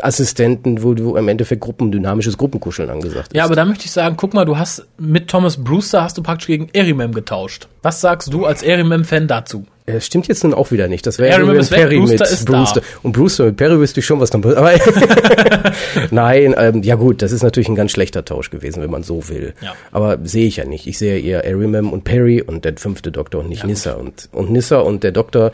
Speaker 2: Assistenten, wo, wo im Endeffekt Gruppen, dynamisches Gruppenkuscheln angesagt ist.
Speaker 1: Ja, aber da möchte ich sagen, guck mal, du hast mit Thomas Brewster hast du praktisch gegen Erimem getauscht. Was sagst du als Erimem-Fan dazu?
Speaker 2: Äh, stimmt jetzt nun auch wieder nicht. Das wäre
Speaker 1: Ja,
Speaker 2: ja nur
Speaker 1: Remember
Speaker 2: wenn
Speaker 1: is weg,
Speaker 2: Perry
Speaker 1: Brewster
Speaker 2: mit
Speaker 1: ist
Speaker 2: Brewster.
Speaker 1: da.
Speaker 2: Und Brewster mit Perry wüsste ich schon, was dann passiert. Aber Nein, ähm, ja gut, das ist natürlich ein ganz schlechter Tausch gewesen, wenn man so will.
Speaker 1: Ja.
Speaker 2: Aber sehe ich ja nicht. Ich sehe eher Arimem und Perry und der fünfte Doktor und nicht Nissa. Und, und Nissa und der Doktor,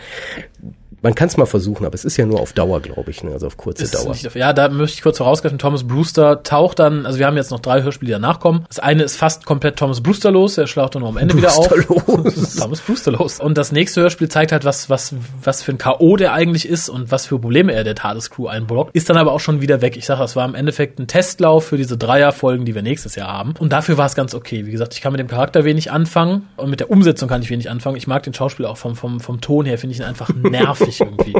Speaker 2: man kann es mal versuchen, aber es ist ja nur auf Dauer, glaube ich, ne? also auf kurze
Speaker 1: Ist
Speaker 2: Dauer.
Speaker 1: nicht dafür. Ja, da möchte ich kurz vorausgreifen. Thomas Brewster taucht dann, also wir haben jetzt noch drei Hörspiele, die danach kommen. Das eine ist fast komplett Thomas Brewster los, er schlaucht dann noch am Ende wieder auf. Thomas Brewster los. Und das nächste Hörspiel zeigt halt, was, was, was für ein K.O. der eigentlich ist und was für Probleme er der TARDIS-Crew einbrockt. Ist dann aber auch schon wieder weg. Ich sage, das war im Endeffekt ein Testlauf für diese Dreierfolgen, die wir nächstes Jahr haben. Und dafür war es ganz okay. Wie gesagt, ich kann mit dem Charakter wenig anfangen und mit der Umsetzung kann ich wenig anfangen. Ich mag den Schauspieler auch vom, vom, vom Ton her, finde ich ihn einfach nervig irgendwie.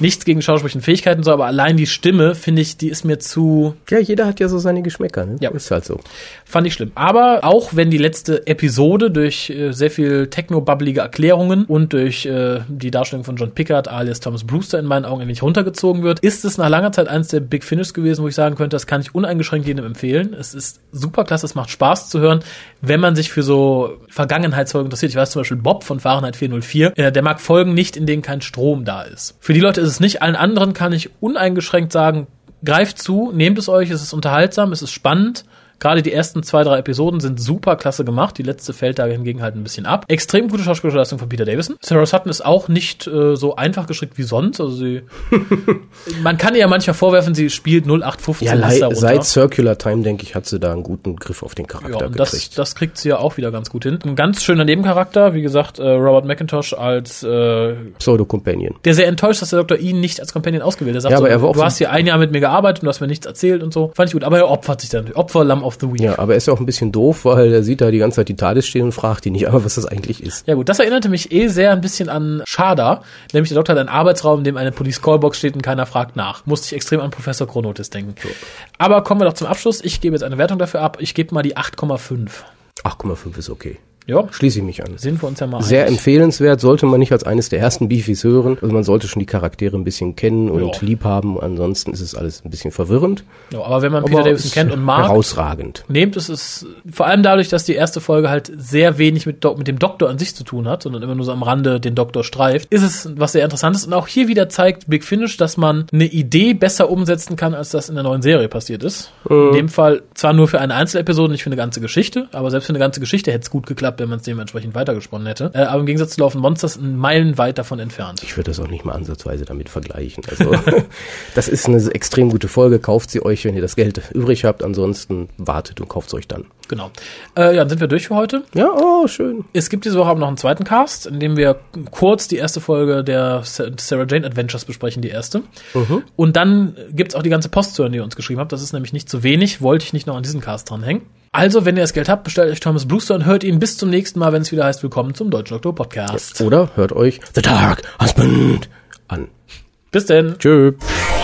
Speaker 1: Nichts gegen schauspielerischen Fähigkeiten so, aber allein die Stimme, finde ich, die ist mir zu,
Speaker 2: Ja, jeder hat ja so seine Geschmäcker, ne?
Speaker 1: Ja.
Speaker 2: Ist halt so.
Speaker 1: Fand ich schlimm. Aber auch wenn die letzte Episode durch äh, sehr viel techno-bubbelige Erklärungen und durch äh, die Darstellung von John Pickard alias Thomas Brewster in meinen Augen ein wenig runtergezogen wird, ist es nach langer Zeit eines der Big Finish gewesen, wo ich sagen könnte, das kann ich uneingeschränkt jedem empfehlen. Es ist super klasse, es macht Spaß zu hören, wenn man sich für so Vergangenheitsfolgen interessiert. Ich weiß zum Beispiel Bob von Fahrenheit 404, äh, der mag Folgen nicht, in denen kein Strom da ist. Für die Leute ist es nicht, allen anderen kann ich uneingeschränkt sagen, greift zu, nehmt es euch, es ist unterhaltsam, es ist spannend. Gerade die ersten zwei, drei Episoden sind super klasse gemacht. Die letzte fällt da hingegen halt ein bisschen ab. Extrem gute schauspielerische Leistung von Peter Davison. Sarah Sutton ist auch nicht äh, so einfach gestrickt wie sonst. Also sie, man kann ihr ja manchmal vorwerfen, sie spielt 0815
Speaker 2: Ja,
Speaker 1: Lister
Speaker 2: lei-
Speaker 1: runter.
Speaker 2: seit Circular Time, denke ich, hat sie da einen guten Griff auf den Charakter
Speaker 1: Ja, und das,
Speaker 2: gekriegt.
Speaker 1: das kriegt sie ja auch wieder ganz gut hin. Ein ganz schöner Nebencharakter, wie gesagt, äh, Robert McIntosh als äh,
Speaker 2: Pseudo-Companion.
Speaker 1: der sehr enttäuscht, dass der Doktor ihn nicht als Companion ausgewählt hat. Er sagt
Speaker 2: Ja, aber
Speaker 1: so,
Speaker 2: er war auch
Speaker 1: du
Speaker 2: so-
Speaker 1: hast hier ein Jahr mit mir gearbeitet und du hast mir nichts erzählt und so. Fand ich gut. Aber er opfert sich dann. Opfer Lamb of the Week.
Speaker 2: Ja, aber er ist ja auch ein bisschen doof, weil er sieht da die ganze Zeit die Tades stehen und fragt die nicht einmal, was das eigentlich ist.
Speaker 1: Ja gut, das erinnerte mich eh sehr ein bisschen an Schader, nämlich der Doktor hat einen Arbeitsraum, in dem eine Police Callbox steht und keiner fragt nach. Musste ich extrem an Professor Chronotis denken. Aber kommen wir doch zum Abschluss. Ich gebe jetzt eine Wertung dafür ab. Ich gebe mal die 8,5.
Speaker 2: 8,5 ist okay.
Speaker 1: Ja.
Speaker 2: Schließe ich mich an.
Speaker 1: Sind wir uns ja mal
Speaker 2: Sehr
Speaker 1: einig.
Speaker 2: empfehlenswert, sollte man nicht als eines der ersten Beefies hören. Also man sollte schon die Charaktere ein bisschen kennen und
Speaker 1: Ja.
Speaker 2: lieb haben. Ansonsten ist es alles ein bisschen verwirrend.
Speaker 1: Ja, aber wenn man Peter
Speaker 2: Aber
Speaker 1: Davison
Speaker 2: ist
Speaker 1: kennt und mag,
Speaker 2: Herausragend.
Speaker 1: nehmt es ist vor allem dadurch, dass die erste Folge halt sehr wenig mit, Dok- mit dem Doktor an sich zu tun hat, sondern immer nur so am Rande den Doktor streift, ist es was sehr interessantes und auch hier wieder zeigt Big Finish, dass man eine Idee besser umsetzen kann, als das in der neuen Serie passiert ist. In dem Fall zwar nur für eine Einzelepisode, nicht für eine ganze Geschichte, aber selbst für eine ganze Geschichte hätte es gut geklappt, wenn man es dementsprechend weitergesponnen hätte. Äh, aber im Gegensatz zu Laufen Monsters meilenweit davon entfernt.
Speaker 2: Ich würde das auch nicht mal ansatzweise damit vergleichen. Also, das ist eine extrem gute Folge. Kauft sie euch, wenn ihr das Geld übrig habt. Ansonsten wartet und kauft es euch dann.
Speaker 1: Genau. Äh, ja, dann sind wir durch für heute.
Speaker 2: Ja, oh, schön.
Speaker 1: Es gibt diese Woche aber noch einen zweiten Cast, in dem wir kurz die erste Folge der Sa- Sarah Jane Adventures besprechen, die erste. Und dann gibt's auch die ganze Post zu hören, die ihr uns geschrieben habt. Das ist nämlich nicht zu wenig, wollte ich nicht noch an diesen Cast dranhängen. Also, wenn ihr das Geld habt, bestellt euch Thomas Brewster und hört ihn bis zum nächsten Mal, wenn es wieder heißt, willkommen zum Deutschen Doktor Podcast.
Speaker 2: Oder hört euch The Dark Husband an.
Speaker 1: Bis denn.
Speaker 2: Tschüss.